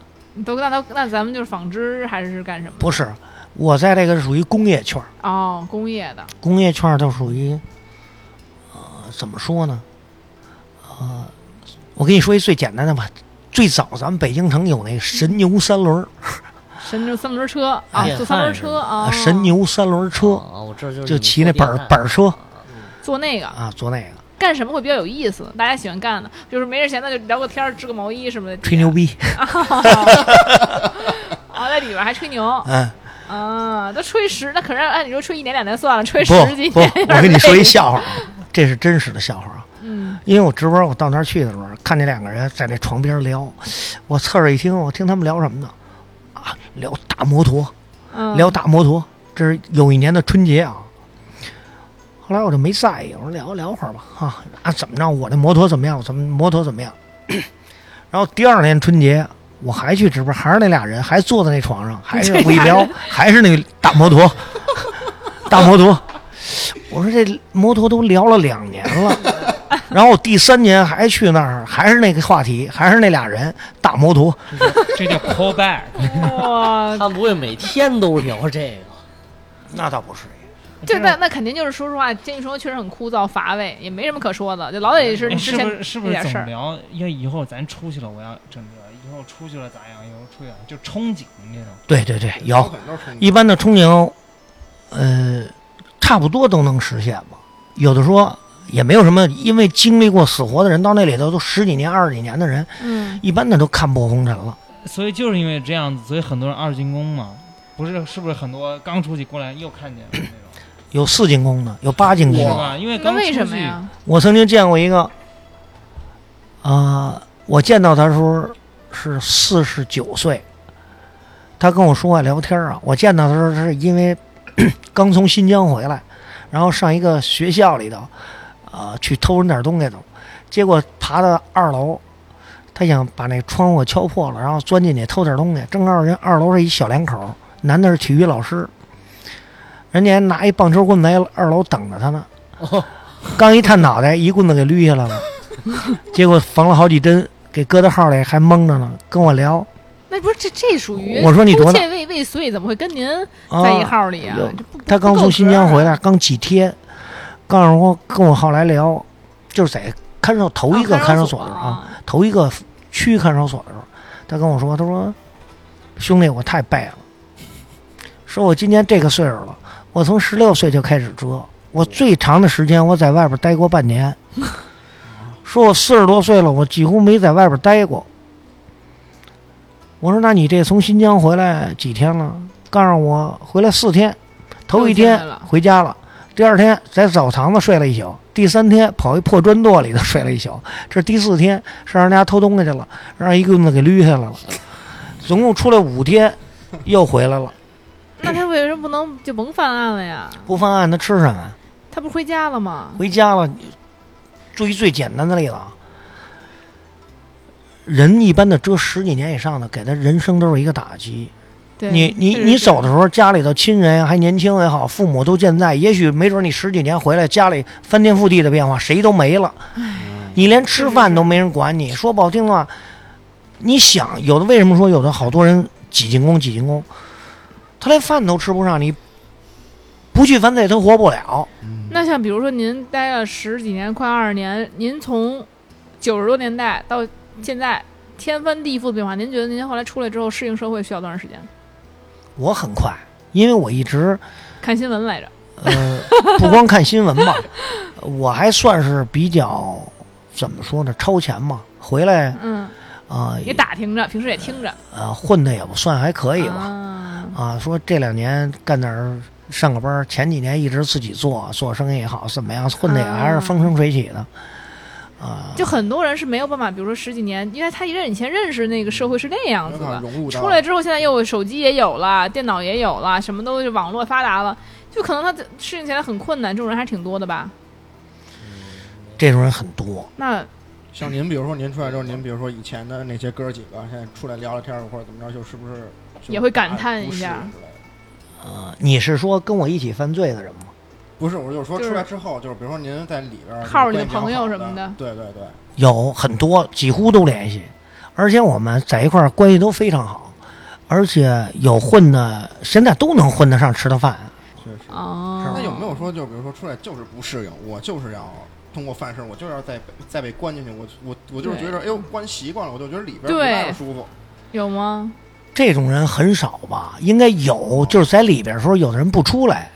Speaker 3: 都那都那咱们就是纺织还是干什么？
Speaker 6: 不是，我在这个属于工业圈儿，
Speaker 3: 哦，工业的
Speaker 6: 工业圈儿就属于，呃，怎么说呢？呃，我跟你说一最简单的吧。最早咱们北京城有那个神牛三轮儿、
Speaker 3: 神牛三轮车啊
Speaker 7: 哎呀，
Speaker 3: 坐三轮
Speaker 7: 看着
Speaker 3: 车啊，
Speaker 6: 啊，神牛三轮车
Speaker 7: 啊，我知道就是
Speaker 6: 就
Speaker 7: 你
Speaker 6: 骑那
Speaker 7: 们做
Speaker 6: 板
Speaker 7: 电
Speaker 6: 儿
Speaker 7: 焊
Speaker 6: 板儿车
Speaker 3: 坐那个
Speaker 6: 啊，坐那个
Speaker 3: 干什么会比较有意思？大家喜欢干的，就是没事闲的就聊个天儿，织个毛衣什么的，
Speaker 6: 吹牛 逼，
Speaker 3: 啊，在里边还 吹牛
Speaker 6: 嗯，
Speaker 3: 啊，都吹十，那可是按理说吹一年两年算了，吹十
Speaker 6: 不
Speaker 3: 几
Speaker 6: 不
Speaker 3: 年有，点
Speaker 6: 我跟你说一
Speaker 3: 累
Speaker 6: 笑话啊，这是真实的笑话啊。
Speaker 3: 嗯，
Speaker 6: 因为我值班，我到那儿去的时候，看见两个人在那床边聊，我侧耳一听，我听他们聊什么呢？啊，聊大摩托，
Speaker 3: 嗯
Speaker 6: 聊大摩托，这是有一年的春节啊。后来我就没在意，我说聊聊会儿吧，啊啊，怎么着？我这摩托怎么样？我怎么摩托怎么样？ 然后第二年春节我还去值班，还是那俩人，还坐在那床上，还 是我一聊，还是那个大摩托， 大摩托。我说这摩托都聊了两年 了，然后第三年还去那儿，还是那个话题，还是那俩人大摩托。
Speaker 5: 这叫 call back。
Speaker 3: 哇，
Speaker 7: 他不会每天都聊这个。
Speaker 6: 那倒不至于。
Speaker 3: 对，那那肯定就是说实话，监狱生活确实很枯燥乏味，也没什么可说的，就老得 是
Speaker 5: 哎
Speaker 3: 你
Speaker 5: 是
Speaker 3: 之
Speaker 5: 不
Speaker 3: 前
Speaker 5: 是是不
Speaker 3: 那
Speaker 5: 是
Speaker 3: 点事
Speaker 5: 总
Speaker 3: 儿。
Speaker 5: 聊？要以后咱出去了，我要整个以后出去了咋样？以后出去了就憧憬这种。
Speaker 6: 对对对，有
Speaker 4: 可能都是冲你
Speaker 6: 一般的憧憬，呃，差不多都能实现吧。有的说也没有什么，因为经历过死活的人，到那里头都十几年、二十几年的人，
Speaker 3: 嗯，
Speaker 6: 一般的都看破红尘了。
Speaker 5: 所以就是因为这样子，所以很多人二进宫嘛，不是是不是很多刚出去过来又看见了那种，
Speaker 6: 有四进宫的，有八进宫
Speaker 5: 是
Speaker 6: 的。
Speaker 5: 吧？因为
Speaker 3: 那
Speaker 5: 刚
Speaker 3: 为
Speaker 5: 出
Speaker 3: 什么
Speaker 5: 去
Speaker 3: 呀？
Speaker 6: 我曾经见过一个，啊、我见到他时候是四十九岁，他跟我说话聊天啊，我见到他时候是因为 刚从新疆回来，然后上一个学校里头，啊、去偷人点东西的，结果爬到二楼。他想把那窗户敲破了，然后钻进去偷点东西。正告诉人二楼是一小两口，男的是体育老师，人家还拿一棒球棍在二楼等着他呢。
Speaker 7: 哦，
Speaker 6: 刚一探脑袋，一棍子给捋下 来了，结果缝了好几针，给搁到号里还蒙着呢，跟我聊
Speaker 3: 那不是这这属于
Speaker 6: 我说你多
Speaker 3: 偷
Speaker 6: 大
Speaker 3: 窃未未遂，怎么会跟您
Speaker 6: 啊
Speaker 3: 在一。号里啊
Speaker 6: 有？
Speaker 3: 这不不
Speaker 6: 他刚
Speaker 3: 不够
Speaker 6: 从新
Speaker 3: 格
Speaker 6: 疆
Speaker 3: 啊
Speaker 6: 回来，刚几天，告诉我跟我后来聊，就是在看守头一个
Speaker 3: 啊
Speaker 6: 看
Speaker 3: 看
Speaker 6: 守
Speaker 3: 守
Speaker 6: 所的时候啊，
Speaker 3: 啊，
Speaker 6: 头一个区看守所的时候，他跟我说，他说兄弟，我太背了，说我今年这个岁数了，我从十六岁就开始折，我最长的时间我在外边待过半 年，说我四十多岁了，我几乎没在外边待过。我说那你这从新疆回来几天了？告诉我回来四天，头一
Speaker 3: 又
Speaker 6: 天
Speaker 3: 进来了
Speaker 6: 回家了，第二天在澡堂子睡了一宿，第三天跑一破砖垛里头睡了一宿，这是第四天上人家偷东西去了，让一棍子给捋下来了，总共出来五天，又回来了。
Speaker 3: 那他为什么不能就甭犯案了呀？
Speaker 6: 不犯案，他吃什么？
Speaker 3: 他不是回家了吗？
Speaker 6: 回家了。注意最简单的例子啊，人一般的遮十几年以上的，给他人生都是一个打击。
Speaker 3: 对，
Speaker 6: 你你
Speaker 3: 是
Speaker 6: 你
Speaker 3: 是
Speaker 6: 走的时候，家里头亲人呀还年轻也好，父母都健在，也许没准你十几年回来，家里翻天覆地的变化，谁都没了，你连吃饭都没人管你。说不好听的话，你想有的为什么说有的好多人挤进宫挤进宫，他连饭都吃不上，你不去犯罪他活不了。
Speaker 4: 嗯
Speaker 3: 那像比如说您待了十几年，快二十年，您从九十多年代到现在天翻地覆的变化，您觉得您后来出来之后适应社会需要多长时间？
Speaker 6: 我很快，因为我一直
Speaker 3: 看新闻来着，
Speaker 6: 呃， 不光看新闻吧，我还算是比较怎么说呢，超前嘛。回来
Speaker 3: 嗯，
Speaker 6: 啊、
Speaker 3: 也打听着，平时也听着，
Speaker 6: 呃，混的也不算还可以吧。
Speaker 3: 啊，
Speaker 6: 啊，说这两年干点儿上个班儿，前几年一直自己做，做生意也好，怎么样，混的也还是风生水起的。啊，
Speaker 3: 就很多人是没有办法，比如说十几年，因为他一认以前认识那个社会是那样
Speaker 4: 没
Speaker 3: 子
Speaker 4: 办法
Speaker 3: 的，
Speaker 4: 嗯融入到
Speaker 3: 出来之后现在又手机也有了，电脑也有了，什么都网络发达了，就可能他适应起来很困难，这种人还挺多的吧？
Speaker 6: 这种人很多。
Speaker 3: 那
Speaker 4: 像您，比如说您出来之后，您比如说以前的那些哥几个，现在出来聊聊天儿或者怎么着，就是不是就
Speaker 3: 也会感叹一
Speaker 4: 不适
Speaker 3: 下
Speaker 4: 之类的
Speaker 6: 呃你是说跟我一起犯罪的人吗？
Speaker 4: 不是，我就是说
Speaker 3: 就是
Speaker 4: 出来之后，就是比如说您在里边儿
Speaker 3: 号里的
Speaker 4: 关系比较
Speaker 3: 朋友
Speaker 4: 好
Speaker 3: 什么的
Speaker 4: 的，对对对，
Speaker 6: 有很多，几乎都联系，而且我们在一块儿关系都非常好，而且有混的，现在都能混得上吃的饭。
Speaker 4: 确实。
Speaker 3: 哦，
Speaker 4: 那有没有说，就比如说出来就是不适应，我就是要通过犯事，我就是要再被再被关进去，我我我就是觉得，哎呦，关习惯了，我就觉得里边儿比
Speaker 3: 对
Speaker 4: 外边儿舒服。
Speaker 3: 有吗？
Speaker 6: 这种人很少吧？应该有，就是在里边儿的时候，有的人不出来。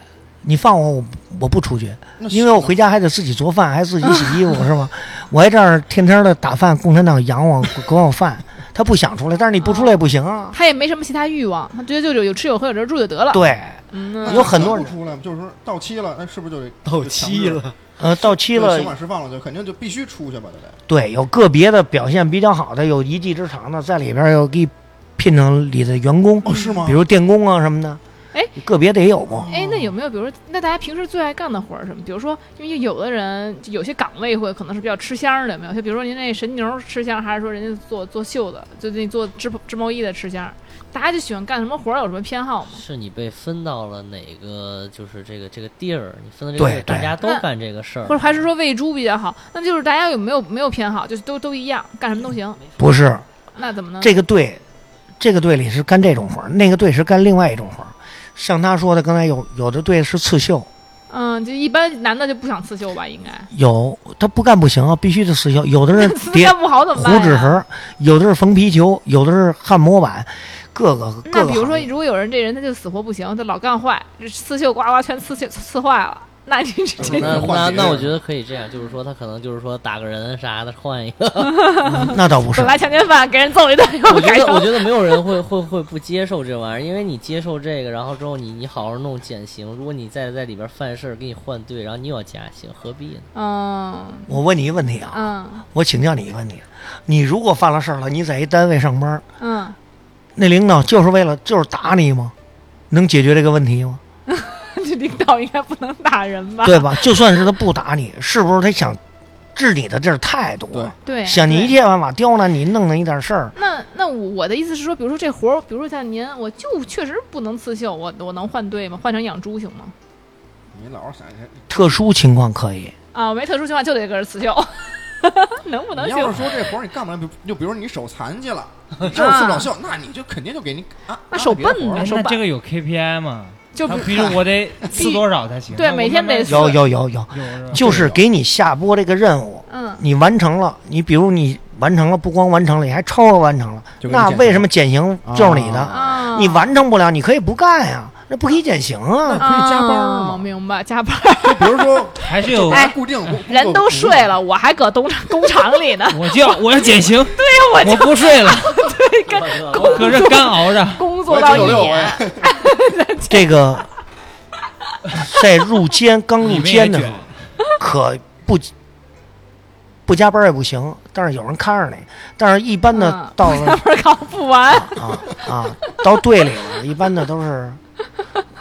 Speaker 6: 你放我，我我不出去，
Speaker 4: 那
Speaker 6: 因为我回家还得自己做 饭，还自己洗衣服，是吧？我还这儿天天的打饭，共产党养我，管我饭，他不想出来，但是你不出来也不行 啊。
Speaker 3: 他也没什么其他欲望，他觉得就有有吃有喝有这住就得了。
Speaker 6: 对，
Speaker 3: 嗯，
Speaker 4: 那
Speaker 3: 嗯，
Speaker 6: 有很多
Speaker 4: 不
Speaker 6: 人
Speaker 4: 出来，就是说到期了，那是不是就得
Speaker 7: 到期了，
Speaker 6: 呃，到期
Speaker 4: 就强制
Speaker 6: 了
Speaker 4: 对刑，满释放了，就肯定就必须出去吧，就得。
Speaker 6: 对，有个别的表现比较好的，有一技之长的，在里边又给聘成里的员工，
Speaker 4: 哦，是吗？
Speaker 6: 比如电工啊什么的，
Speaker 3: 哎，
Speaker 6: 个别的也有过。
Speaker 3: 哎，那有没有比如说，那大家平时最爱干的活儿是什么？比如说，因为有的人就有些岗位会可能是比较吃香儿的，有没有？就比如说您那神牛吃香，还是说人家做做绣的，就那做织织毛衣的吃香？大家就喜欢干什么活儿？有什么偏好吗？
Speaker 7: 是你被分到了哪个就是这个这个地儿，你分到这
Speaker 6: 对
Speaker 7: 个地儿，
Speaker 6: 对
Speaker 7: 大家都
Speaker 3: 那
Speaker 7: 干这个事儿
Speaker 3: 或，者还是说喂猪比较好？那就是大家有没有没有偏好，就是都都一样，干什么都行。
Speaker 6: 不是
Speaker 3: 那怎么呢？
Speaker 6: 这个队，这个队里是干这种活儿，那个队是干另外一种活儿。像他说的，刚才有有的队是刺绣，
Speaker 3: 嗯，就一般男的就不想刺绣吧，应 该。
Speaker 6: 有他不干不行啊，必须得刺绣。有的人
Speaker 3: 刺
Speaker 6: 叠
Speaker 3: 干不好怎么办呀？
Speaker 6: 糊纸盒，有的是缝皮球，有的是焊模板，各个各
Speaker 3: 那
Speaker 6: 个
Speaker 3: 比如
Speaker 6: 行
Speaker 3: 说，
Speaker 6: 业
Speaker 3: 如果有人这人他就死活不行，他老干坏，这刺绣呱呱全刺绣刺坏了，那你这这
Speaker 4: 换
Speaker 7: 那那
Speaker 4: 别
Speaker 7: 那
Speaker 4: 人
Speaker 7: 我觉得可以这样，就是说他可能就是说打个人啥的换一 个，
Speaker 6: 那倒不是
Speaker 3: 本，来强奸犯给人揍一顿，然后
Speaker 7: 我觉
Speaker 3: 改
Speaker 7: 得我
Speaker 3: 成
Speaker 7: 觉得没有人会会会不接受这玩意儿，因为你接受这个，然后之后你你好好弄减刑，如果你再在里边犯事儿，给你换队，然后你又要加刑，何必呢？
Speaker 3: 嗯
Speaker 6: 我问你一个问题啊，
Speaker 3: 嗯
Speaker 6: 我请教你一个问题：你如果犯了事儿了，你在一单位上班，
Speaker 3: 嗯，
Speaker 6: 那领导就是为了就是打你吗？能解决这个问题吗？
Speaker 3: 这领导应该不能打人吧？
Speaker 6: 对吧？就算是他不打你，是不是他想治你的地儿太多了？
Speaker 3: 对，
Speaker 6: 想尽一
Speaker 3: 对。
Speaker 6: 切办法刁难你，弄得你点事儿。
Speaker 3: 那那我我的意思是说，比如说这活儿，比如说像您，我就确实不能刺绣，我我能换队吗？换成养猪行吗？
Speaker 4: 你老是想一些，
Speaker 6: 特殊情况可以，
Speaker 3: 啊，没特殊情况就得搁这刺绣， 能不能
Speaker 4: 你
Speaker 3: 行？
Speaker 4: 要是说这活儿你干不了，比就比如你手残疾 了，你这刺不
Speaker 3: 啊
Speaker 4: 了绣，那你就肯定就给你啊，
Speaker 3: 那手笨呗
Speaker 4: 呗，
Speaker 5: 哎
Speaker 3: 手
Speaker 5: 那
Speaker 3: 把
Speaker 5: 这个有 KPI 吗？
Speaker 3: 就
Speaker 5: 他比如 我得刺多少才行？
Speaker 3: 对
Speaker 5: 那我
Speaker 3: 每天
Speaker 5: 慢慢
Speaker 3: 得
Speaker 6: 有有有有，
Speaker 5: 有是吧？
Speaker 6: 就是给你下播这个任务，
Speaker 3: 嗯，
Speaker 6: 你完成了，你比如你完成了，不光完成了，你还超额完成了，
Speaker 4: 就给你
Speaker 6: 那
Speaker 4: 减
Speaker 6: 为
Speaker 4: 刑
Speaker 6: 什么减刑就是你的？
Speaker 4: 啊
Speaker 3: 啊，
Speaker 6: 你完成不了，你可以不干呀，那不可以减刑啊。
Speaker 4: 可以加班儿
Speaker 3: 啊
Speaker 4: 嘛
Speaker 3: 明白，加班儿。
Speaker 4: 就比如 说
Speaker 5: 还是有，
Speaker 4: 还固定工作
Speaker 3: 哎人都睡了，我还搁东厂工厂里 呢，
Speaker 5: 我就要我要减 刑，
Speaker 3: 我
Speaker 5: 我不 睡了，
Speaker 7: 我
Speaker 5: 我搁这干熬着。
Speaker 3: 工作
Speaker 4: 我也
Speaker 3: 到一
Speaker 4: 996我
Speaker 6: 啊
Speaker 3: 点。
Speaker 4: 也
Speaker 6: 这 个在入监刚入
Speaker 5: 你们也
Speaker 6: 监的时
Speaker 5: 卷
Speaker 6: 候，，可不不加班也不行，但是有人看着你。但是一般的
Speaker 3: 嗯
Speaker 6: 到了、
Speaker 3: 加 班搞不完，
Speaker 6: 啊啊，到队里了，一般的都是，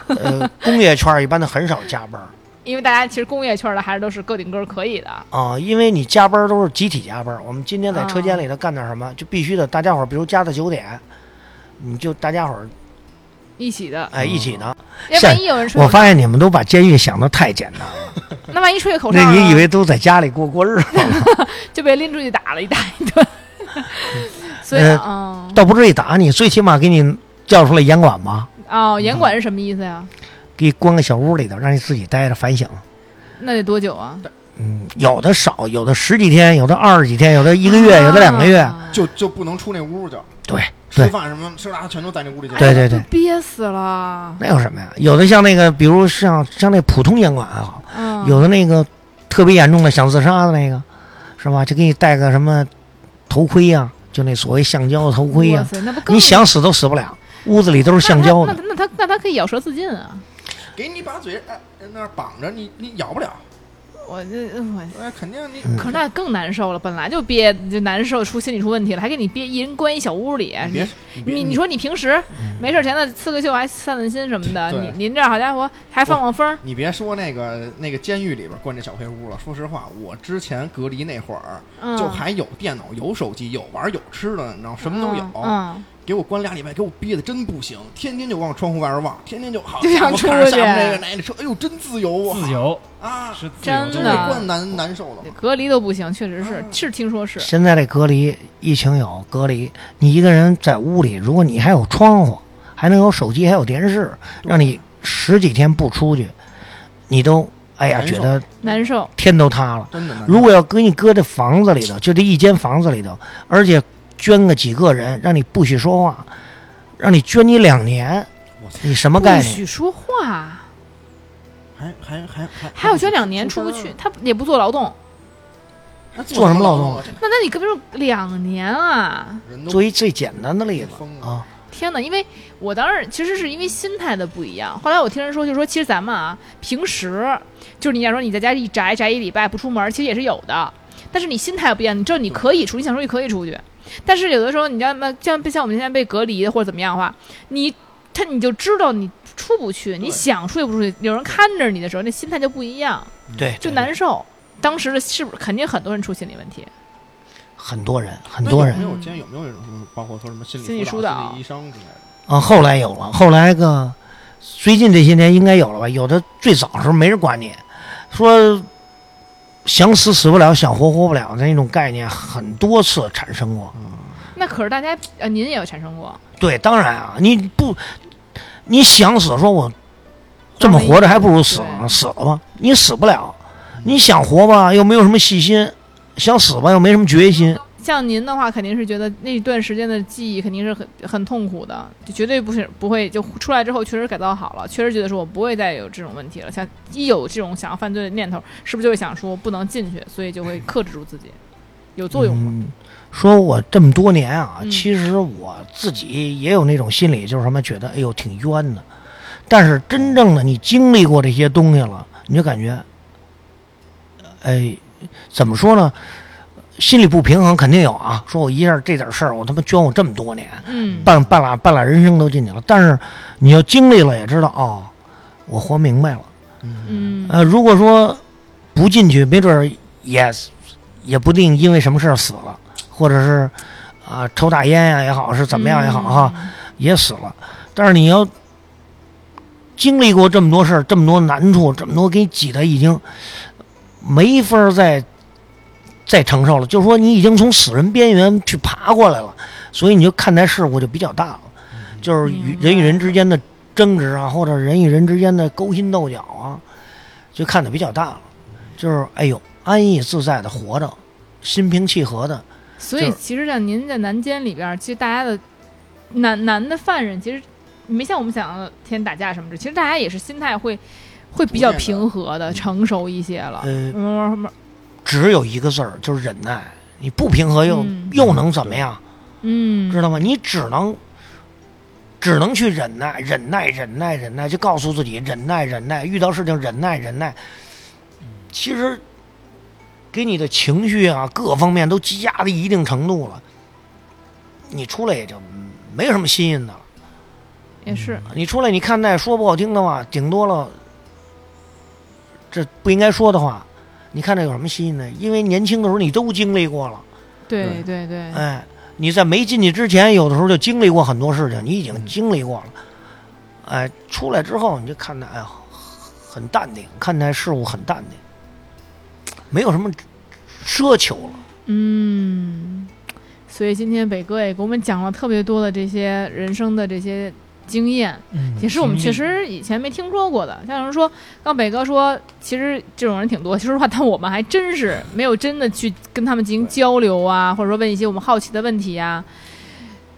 Speaker 6: 呃，工业圈儿一般的很少加班儿
Speaker 3: 因为大家其实工业圈的还是都是个顶个儿可以的。
Speaker 6: 啊，因为你加班儿都是集体加班儿。我们今天在车间里头干点什么，就必须得大家伙儿，比如加到九点，你就大家伙儿
Speaker 3: 一起的，
Speaker 5: 嗯
Speaker 6: 哎一起的。
Speaker 3: 要万一有人
Speaker 6: 我
Speaker 3: 说，
Speaker 6: 发现你们都把监狱想得太简单了，
Speaker 3: 那万一吹个口哨呢，
Speaker 6: 那你以为都在家里过过日子了？
Speaker 3: 就被拎出去打了一打一顿？所以，嗯，
Speaker 6: 倒不至于打你，最起码给你叫出来严管吧，
Speaker 3: 哦，严管是什么意思呀？
Speaker 6: 给你关个小屋里头，让你自己待着反省。
Speaker 3: 那得多久啊？
Speaker 6: 嗯，有的少，有的十几天，有的二十几天，有的一个月，有的两个月。
Speaker 3: 啊
Speaker 4: 就就不能出那屋就
Speaker 6: 对
Speaker 4: 吃
Speaker 6: 对
Speaker 4: 饭什么吃啥全都在那屋里解决。
Speaker 6: 对对对，
Speaker 3: 哎憋死了。
Speaker 6: 那有什么呀？有的像那个，比如像像那普通严管还好，
Speaker 3: 嗯，
Speaker 6: 有的那个特别严重的想自杀的那个，是吧？就给你戴个什么头盔呀、就那所谓橡胶头盔呀、
Speaker 3: 哇塞，那不更
Speaker 6: 你想死都死不了，屋子里都是橡胶
Speaker 3: 那
Speaker 6: 的
Speaker 3: 他。那那他那他可以咬舌自尽啊！
Speaker 4: 给你把嘴哎那儿绑着，你你咬不了，
Speaker 3: 我这我
Speaker 6: 嗯
Speaker 4: 哎肯定你
Speaker 3: 可是那更难受了，本来就憋就难受，出心理出问题了，还给你憋一人关一小屋里。
Speaker 4: 你别
Speaker 3: 哎你你你说你平时
Speaker 6: 嗯
Speaker 3: 没事儿前的刺个绣还散散心什么的，
Speaker 4: 对
Speaker 3: 你您这好家伙还放放风儿，
Speaker 4: 你别说那个那个监狱里边关这小黑屋了，说实话，我之前隔离那会儿，
Speaker 3: 嗯，
Speaker 4: 就还有电脑、有手机、有玩、有吃的，你知道什么都有。
Speaker 3: 嗯，
Speaker 4: 给我关俩礼拜，给我憋的真不行，天天就往窗户外边望，天天就好，
Speaker 3: 就想出去
Speaker 4: 我看着下面那个奶奶车，哎呦，真自由啊！
Speaker 5: 自由
Speaker 4: 啊，
Speaker 5: 是自由
Speaker 3: 真
Speaker 4: 真
Speaker 5: 的
Speaker 4: 是
Speaker 3: 的
Speaker 4: 惯难难受的
Speaker 3: 嗯。隔离都不行，确实是是听说是，
Speaker 6: 现在这隔离，疫情有隔离，你一个人在屋里，如果你还有窗户，还能有手机，还有电视，让你十几天不出去，你都哎呀
Speaker 4: 难受
Speaker 6: 觉得
Speaker 3: 难受，
Speaker 6: 天都塌了。
Speaker 4: 真的难受。
Speaker 6: 如果要给你搁这房子里头，就这一间房子里头，而且捐个几个人，让你不许说话，让你捐你两年
Speaker 4: 我操，
Speaker 6: 你什么
Speaker 3: 不
Speaker 6: 概念？
Speaker 3: 许说话，
Speaker 4: 还还还还啊
Speaker 3: 还有这两年出不去，，他也不做劳动，
Speaker 4: 那
Speaker 6: 做什么劳动啊？
Speaker 3: 那那你跟别说两年啊！
Speaker 4: 人都
Speaker 6: 做一最简单的例子
Speaker 4: 疯了
Speaker 6: 啊，
Speaker 3: 天哪，因为我当时其实是因为心态的不一样。后来我听人说，就说其实咱们啊，平时就是你假如说你在家一宅宅一礼拜不出门，其实也是有的。但是你心态不一样，你知道你可以出，你想出去可以出去。但是有的时候，你像那像像我们现在被隔离或者怎么样的话，你他你就知道你出不去，你想出去不出去，有人看着你的时候，那心态就不一样，
Speaker 6: 对，
Speaker 3: 嗯就
Speaker 6: 对
Speaker 3: 难受。当时的是不是肯定很多人出心理问题？
Speaker 6: 很多人，很
Speaker 4: 那
Speaker 6: 多
Speaker 4: 有
Speaker 6: 人
Speaker 4: 没有今天有没有一种什么包括说什么心
Speaker 3: 心
Speaker 4: 理
Speaker 3: 理疏导
Speaker 4: 心理医生之类的？
Speaker 6: 啊，后来有了，后来个最近这些年应该有了吧？有的最早的时候没人管你，说想死死不了，想活活不了的那种概念很多次产生过。
Speaker 3: 那可是大家呃，您也有产生过，
Speaker 6: 对，当然啊，你不你想死，说我这么活着还不如死了，
Speaker 3: 对
Speaker 6: 死了吧，你死不了，你想活吧又没有什么细心，想死吧又没什么决心。
Speaker 3: 像您的话，肯定是觉得那段时间的记忆肯定是很很痛苦的，就绝对不是不会就出来之后确实改造好了，确实觉得说我不会再有这种问题了。像一有这种想要犯罪的念头，是不是就会想说不能进去，所以就会克制住自己，有作用吗？
Speaker 6: 嗯，说我这么多年啊，
Speaker 3: 嗯
Speaker 6: 其实我自己也有那种心理，就是什么觉得哎呦挺冤的，但是真正的你经历过这些东西了，你就感觉，哎，怎么说呢？心里不平衡肯定有啊。说我一下这点事儿，我他妈捐我这么多年，
Speaker 3: 嗯，
Speaker 6: 半半拉半拉人生都进去了。但是你要经历了，也知道哦，我活明白了。
Speaker 3: 嗯，
Speaker 6: 呃，如果说不进去，没准儿也也不定因为什么事儿死了，或者是啊、抽大烟呀、也好，是怎么样也好
Speaker 3: 嗯
Speaker 6: 哈、也死了。但是你要经历过这么多事儿，这么多难处，这么多给你挤得已经没法儿再再承受了，就是说你已经从死人边缘去爬过来了，所以你就看待事物就比较大了，就是与
Speaker 3: 明白
Speaker 6: 人与人之间的争执啊，或者人与人之间的勾心斗角啊，就看得比较大了，就是哎呦，安逸自在的活着，心平气和的，
Speaker 3: 所以
Speaker 6: 就是
Speaker 3: 其实像您在南监里边儿，其实大家的男男的犯人，其实没像我们想的天天打架什么的，其实大家也是心态会会比较
Speaker 4: 逐渐的
Speaker 3: 平和的，成熟一些了。
Speaker 6: 嗯呃，
Speaker 3: 嗯慢慢慢慢
Speaker 6: 只有一个字儿，就是忍耐。你不平和又、
Speaker 3: 嗯
Speaker 6: 又能怎么样？
Speaker 3: 嗯，
Speaker 6: 知道吗？你只能只能去忍耐，忍耐，忍耐，忍耐，就告诉自己忍耐，忍耐，遇到事情忍耐，忍耐。其实给你的情绪啊，各方面都积压到一定程度了，你出来也就没有什么新鲜的了。
Speaker 3: 也是，
Speaker 6: 你出来，你看待说不好听的话，顶多了这不应该说的话，你看这有什么新鲜的？因为年轻的时候你都经历过了。
Speaker 3: 对对对，
Speaker 6: 哎，你在没进去之前，有的时候就经历过很多事情，你已经经历过了。哎，出来之后你就看待，哎呀，很淡定，看待事物很淡定，没有什么奢求了。
Speaker 3: 嗯，所以今天北哥也给我们讲了特别多的这些人生的这些经验，
Speaker 5: 嗯
Speaker 3: 也是我们确
Speaker 5: 经历
Speaker 3: 实以前没听说过的。像有人说，刚北哥说，其实这种人挺多。说实话，但我们还真是没有真的去跟他们进行交流啊，
Speaker 5: 嗯
Speaker 3: 或者说问一些我们好奇的问题啊。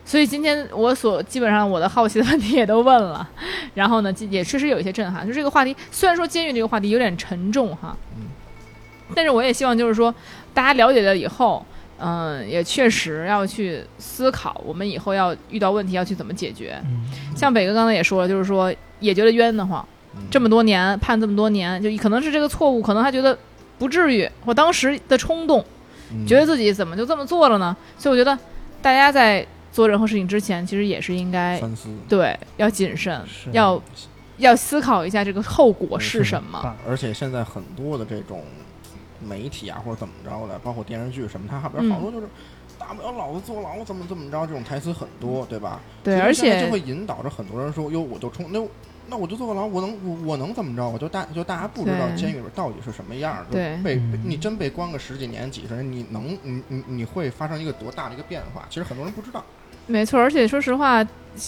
Speaker 3: 所以今天我所基本上我的好奇的问题也都问了，然后呢，也确实有一些震撼。就这个话题，虽然说监狱这个话题有点沉重哈，
Speaker 5: 嗯
Speaker 3: 但是我也希望就是说，大家了解了以后，嗯、也确实要去思考，我们以后要遇到问题要去怎么解决。
Speaker 5: 嗯
Speaker 3: 像北哥刚才也说了，就是说也觉得冤得慌，
Speaker 6: 嗯
Speaker 3: 这么多年判这么多年，就可能是这个错误，可能他觉得不至于，或当时的冲动，
Speaker 6: 嗯
Speaker 4: 嗯
Speaker 3: 觉得自己怎么就这么做了呢？所以我觉得大家在做任何事情之前，其实也是应该
Speaker 4: 三思，
Speaker 3: 对要谨慎，
Speaker 5: 是
Speaker 3: 要要思考一下这个后果是什么。
Speaker 5: 棒
Speaker 4: 而且现在很多的这种媒体啊，或者怎么着的，包括电视剧什么，它里
Speaker 3: 嗯
Speaker 4: 边好多就是。大不了老子坐牢，怎么怎么着？这种台词很多，对吧？
Speaker 3: 对，
Speaker 4: 其实
Speaker 3: 而
Speaker 4: 现在
Speaker 3: 且
Speaker 4: 就会引导着很多人说：“哟，我就冲那我那我就坐个牢，我能我我能怎么着？我就大就大家不知道
Speaker 3: 对
Speaker 4: 监狱里边到底是什么样儿，就
Speaker 3: 对
Speaker 4: 被被
Speaker 5: 嗯
Speaker 4: 你真被关个十几年、几十年，你能你你你会发生一个多大的一个变化？其实很多人不知道。
Speaker 3: 没错，而且说实话，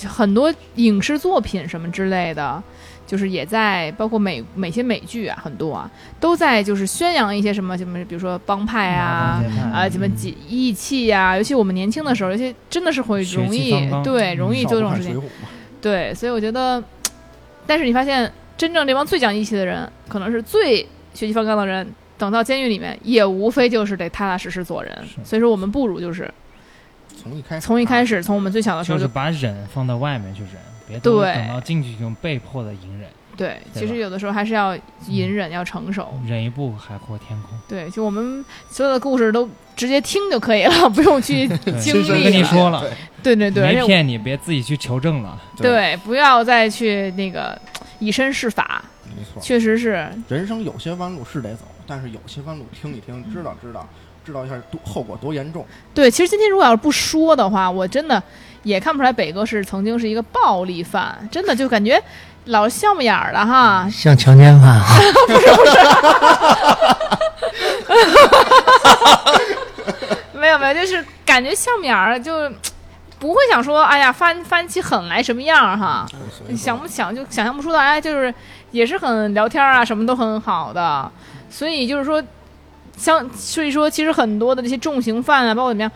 Speaker 3: 很多影视作品什么之类的，就是也在包括美每些美剧啊，很多啊都在就是宣扬一些什么什么，比如说帮派啊。
Speaker 5: 嗯
Speaker 3: 啊，什么几义气呀、尤其我们年轻的时候，有些真的是会
Speaker 5: 血气
Speaker 3: 容易
Speaker 5: 方刚
Speaker 3: 对
Speaker 5: 嗯
Speaker 3: 容易
Speaker 4: 少
Speaker 3: 做这
Speaker 4: 不
Speaker 3: 种
Speaker 4: 看
Speaker 3: 事
Speaker 4: 水
Speaker 3: 情
Speaker 4: 浒，嘛，
Speaker 3: 对，所以我觉得，但是你发现真正这帮最讲义气的人，可能是最血气方刚的人，等到监狱里面，也无非就是得踏踏实实做人。
Speaker 5: 是啊
Speaker 3: 所以说，我们不如就是
Speaker 4: 从一开始啊
Speaker 3: 从一开始，从我们最小的时
Speaker 5: 就
Speaker 3: 候
Speaker 5: 是
Speaker 3: 就
Speaker 5: 把忍放到外面去忍，别都
Speaker 3: 对
Speaker 5: 等到进去就被迫的隐忍，
Speaker 3: 对。
Speaker 5: 对
Speaker 3: 其实
Speaker 5: 吧嗯
Speaker 3: 有的时候还是要隐忍，要成熟。
Speaker 5: 忍一步海阔天空。
Speaker 3: 对，就我们所有的故事都直接听就可以了， 不用去经
Speaker 5: 亲身
Speaker 3: 历。
Speaker 5: 跟你说了
Speaker 4: 对
Speaker 3: 对啊对对，而且
Speaker 5: 没
Speaker 3: 我
Speaker 5: 骗你，别自己去求证了。
Speaker 3: 对，不要再去那个以身试法，
Speaker 4: 没错。
Speaker 3: 确实是
Speaker 4: 人生有些弯路是得走，但是有些弯路听一听，知道知道，知道一下多后果多严重。
Speaker 3: 对。其实今天如果要是不说的话，我真的也看不出来北哥是曾经是一个暴力犯，真的就感觉老是笑不眼儿的哈。
Speaker 6: 像强奸犯啊，
Speaker 3: 没有没有，就是感觉笑不眼儿就。不会想说，哎呀，翻翻起狠来什么样儿哈？
Speaker 4: 嗯所以
Speaker 3: 你
Speaker 4: 说
Speaker 3: 想不想就想象不出来，就是也是很聊天啊，什么都很好的，所以就是说，像所以说，其实很多的这些重刑犯啊，包括怎么样，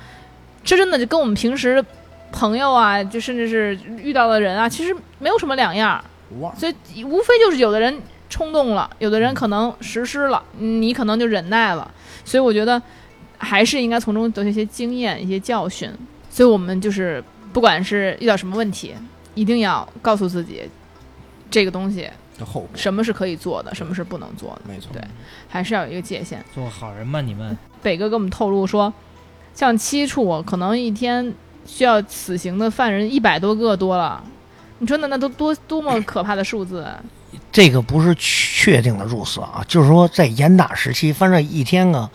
Speaker 3: 这真的就跟我们平时朋友啊，就甚至是遇到的人啊，其实没有什么两样儿，
Speaker 4: 无二，
Speaker 3: 所以无非就是有的人冲动了，有的
Speaker 6: 嗯
Speaker 3: 人可能实施了，你可能就忍耐了，所以我觉得还是应该从中得到一些经验、一些教训。所以我们就是不管是遇到什么问题，一定要告诉自己，这个东西
Speaker 4: 这后果
Speaker 3: 什么是可以做的，什么是不能做的，
Speaker 4: 没错。
Speaker 3: 对还是要有一个界限。
Speaker 5: 做好人吧，你们。
Speaker 3: 北哥给我们透露说，像七处可能一天需要死刑的犯人一百多个多了，你说那那都多多么可怕的数字啊！
Speaker 6: 这个不是确定的入死啊，就是说在严打时期，反正一天啊，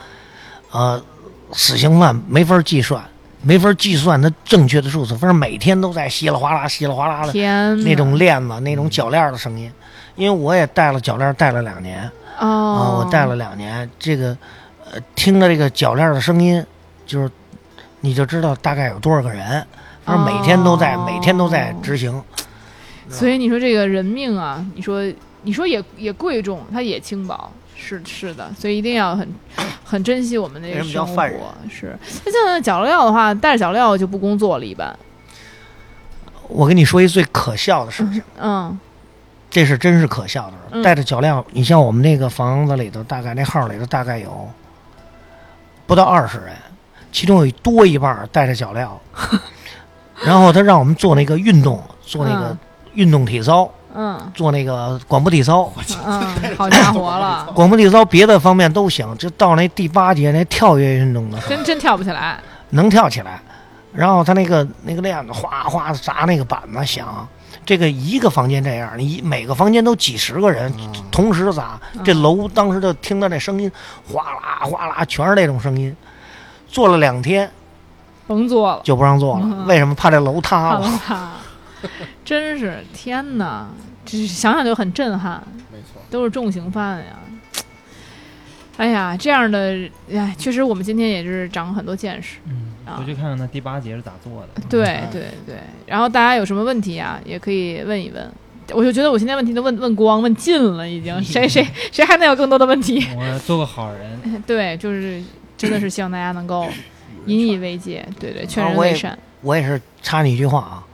Speaker 6: 呃，死刑犯没法计算，没法计算他正确的数字，反正每天都在稀里哗啦、稀里哗啦的
Speaker 3: 天呐
Speaker 6: 啊那种链子、那种脚链儿的声音。因为我也戴了脚链儿，戴了两年啊、
Speaker 3: 哦，
Speaker 6: 我戴了两年，这个呃，听着这个脚链儿的声音，就是你就知道大概有多少个人，反正每天都在，
Speaker 3: 哦
Speaker 6: 每天都在执行。
Speaker 3: 所以你说这个人命啊，你说你说也也贵重，它也轻薄，是是的，所以一定要很很珍惜我们的
Speaker 6: 为什么叫
Speaker 3: 生活
Speaker 6: 犯人。
Speaker 3: 是，那像脚镣的话，带着脚镣就不工作了，一般。
Speaker 6: 我跟你说一最可笑的事情。
Speaker 3: 嗯
Speaker 6: 这是真是可笑的事
Speaker 3: 嗯
Speaker 6: 儿。带着脚镣，你像我们那个房子里头，大概那号里头大概有不到二十人，其中有多一半儿带着脚 镣。然后他让我们做那个运动，做那个
Speaker 3: 嗯
Speaker 6: 运动体操，
Speaker 3: 嗯
Speaker 6: 做那个广播体操。
Speaker 3: 嗯，好家伙了，
Speaker 6: 广播体操别的方面都行，就到那第八节那跳跃运动的时候
Speaker 3: 真真跳不起来。
Speaker 6: 能跳起来。然后他那个那个链子哗哗砸那个板子响，这个一个房间这样，你每个房间都几十个人同时砸，这楼当时就听到那声音，哗啦哗啦，全是那种声音。做了两天
Speaker 3: 甭做了，
Speaker 6: 就不让做了，为什么？怕这楼嗯塌了。
Speaker 3: 看了吧？真是天哪，只想想就很震撼。
Speaker 4: 没错。
Speaker 3: 都是重刑犯呀。哎呀，这样的，哎，确实我们今天也是长了很多见识。
Speaker 5: 嗯，
Speaker 3: 啊
Speaker 5: 回去看看那第八节是咋做的。
Speaker 3: 对对对，然后大家有什么问题啊，也可以问一问。我就觉得我现在问题都问问光问尽了，已 经谁谁谁还能有更多的问题？
Speaker 5: 我做个好人，
Speaker 3: 对，就是真的是希望大家能够引以为戒，对对，劝
Speaker 6: 啊
Speaker 3: 人
Speaker 6: 我
Speaker 3: 为
Speaker 6: 也
Speaker 3: 善。
Speaker 6: 我也是插你一句话啊，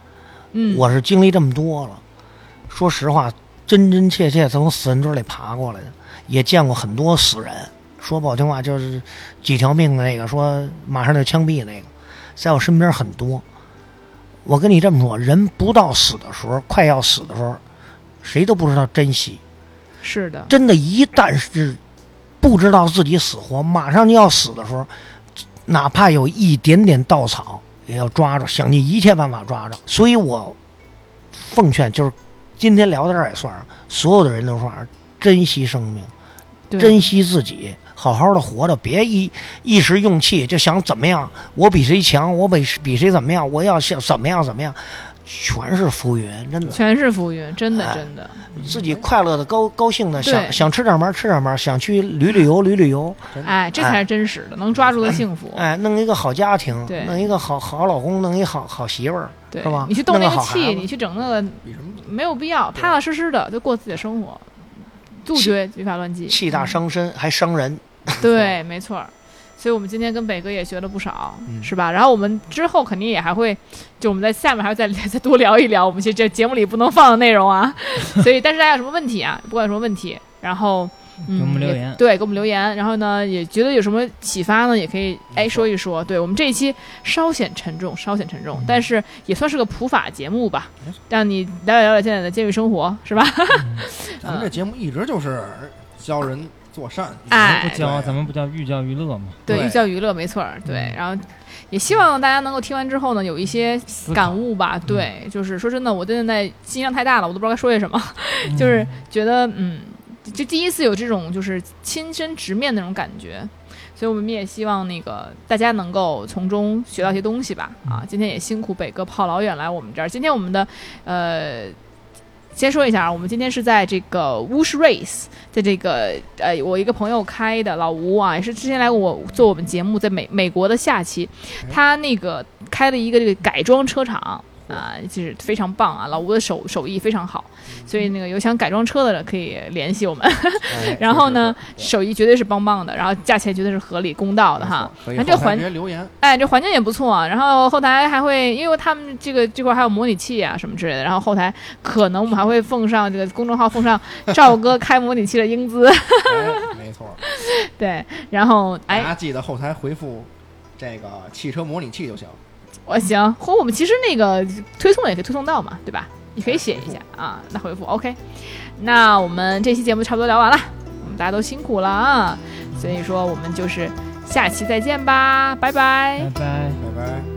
Speaker 3: 嗯，
Speaker 6: 我是经历这么多了，说实话，真真切切从死人堆里爬过来的，也见过很多死人。说不好听话，就是几条命的那个，说马上就枪毙那个，在我身边很多。我跟你这么说，人不到死的时候，快要死的时候，谁都不知道珍惜。
Speaker 3: 是的，
Speaker 6: 真的，一旦是不知道自己死活，马上就要死的时候，哪怕有一点点稻草，也要抓着，想尽一切办法抓着。所以我奉劝，就是今天聊到这儿也算上，所有的人都说啊珍惜生命，
Speaker 3: 对
Speaker 6: 珍惜自己，好好的活着，别一一时用气就想怎么样，我比谁强，我比比谁怎么样，我要想怎么样怎么样，全是浮云，真的。
Speaker 3: 全是浮云，真的
Speaker 6: 哎
Speaker 3: 真的。
Speaker 6: 自己快乐的、高高兴的，
Speaker 3: 对
Speaker 6: 想想吃点嘛吃点嘛，想去旅旅游旅旅游，
Speaker 3: 哎，这才是真实的，能抓住的幸福。
Speaker 6: 哎，弄一个好家庭
Speaker 3: 对，
Speaker 6: 弄一个好好老公，弄一好好媳妇儿，
Speaker 3: 对
Speaker 6: 是吧，
Speaker 3: 你去动那
Speaker 6: 弄个
Speaker 3: 个
Speaker 6: 好孩
Speaker 3: 气，
Speaker 6: 子
Speaker 3: 你去整那个
Speaker 4: 比什么
Speaker 3: 没有必要，踏踏实实的就过自己的生活，杜绝违法乱纪。嗯
Speaker 6: 气大伤身还伤人。
Speaker 3: 对，没错儿。所以我们今天跟北哥也学了不少，
Speaker 5: 嗯
Speaker 3: 是吧？然后我们之后肯定也还会，就我们在下面还会再 再多聊一聊我们 这这节目里不能放的内容啊。所以，但是大家有什么问题啊？不管有什么问题，然后嗯，
Speaker 5: 给我们留
Speaker 3: 也
Speaker 5: 言
Speaker 3: 对，给我们留言。然后呢，也觉得有什么启发呢，也可以哎说一说。对我们这一期稍显沉重，稍显沉重，
Speaker 5: 嗯
Speaker 3: 但是也算是个普法节目吧，让你了解了解现在的监狱生活，是吧？嗯
Speaker 4: 咱们这节目一直就是教人做善，
Speaker 3: 哎
Speaker 5: 不教
Speaker 4: 对
Speaker 5: 咱们不叫寓教于乐嘛，
Speaker 3: 对，
Speaker 4: 对
Speaker 3: 寓教于乐，没错儿。对，然后也希望大家能够听完之后呢，有一些
Speaker 5: 思考
Speaker 3: 感悟吧。对，就是说真的，我现在信息量太大了，我都不知道该说些什么，就是觉得嗯，就第一次有这种就是亲身直面那种感觉。所以我们也希望那个大家能够从中学到一些东西吧。啊，今天也辛苦北哥跑老远来我们这儿。今天我们的呃，先说一下啊，我们今天是在这个 Wush Race，在这个呃，我一个朋友开的老吴啊，也是之前来我做我们节目，在美美国的下期，他那个开了一个这个改装车厂。啊，就是非常棒啊！老吴的手手艺非常好，所以那个有想改装车的人可以联系我们。
Speaker 4: 哎
Speaker 3: 然后呢，手艺绝对是棒棒的，然后价钱绝对是合理公道的哈。
Speaker 4: 可以
Speaker 3: 然后这
Speaker 4: 后台
Speaker 3: 环
Speaker 4: 直接 留言，
Speaker 3: 哎，这环境也不错、啊，然后后台还会，因为他们这个这块还有模拟器啊什么之类的，然后后台可能我们还会奉上这个公众号奉上赵哥开模拟器的英姿，
Speaker 4: 哎没错，
Speaker 3: 对，然后
Speaker 4: 大
Speaker 3: 哎，
Speaker 4: 家记得后台回复这个汽车模拟器就行。
Speaker 3: 我行，或我们其实那个推送也可以推送到嘛，对吧？你可以写一下啊，那回复 OK，那我们这期节目差不多聊完了，我们大家都辛苦了啊，所以说我们就是下期再见吧，拜拜
Speaker 5: 嗯拜拜。
Speaker 4: 拜拜。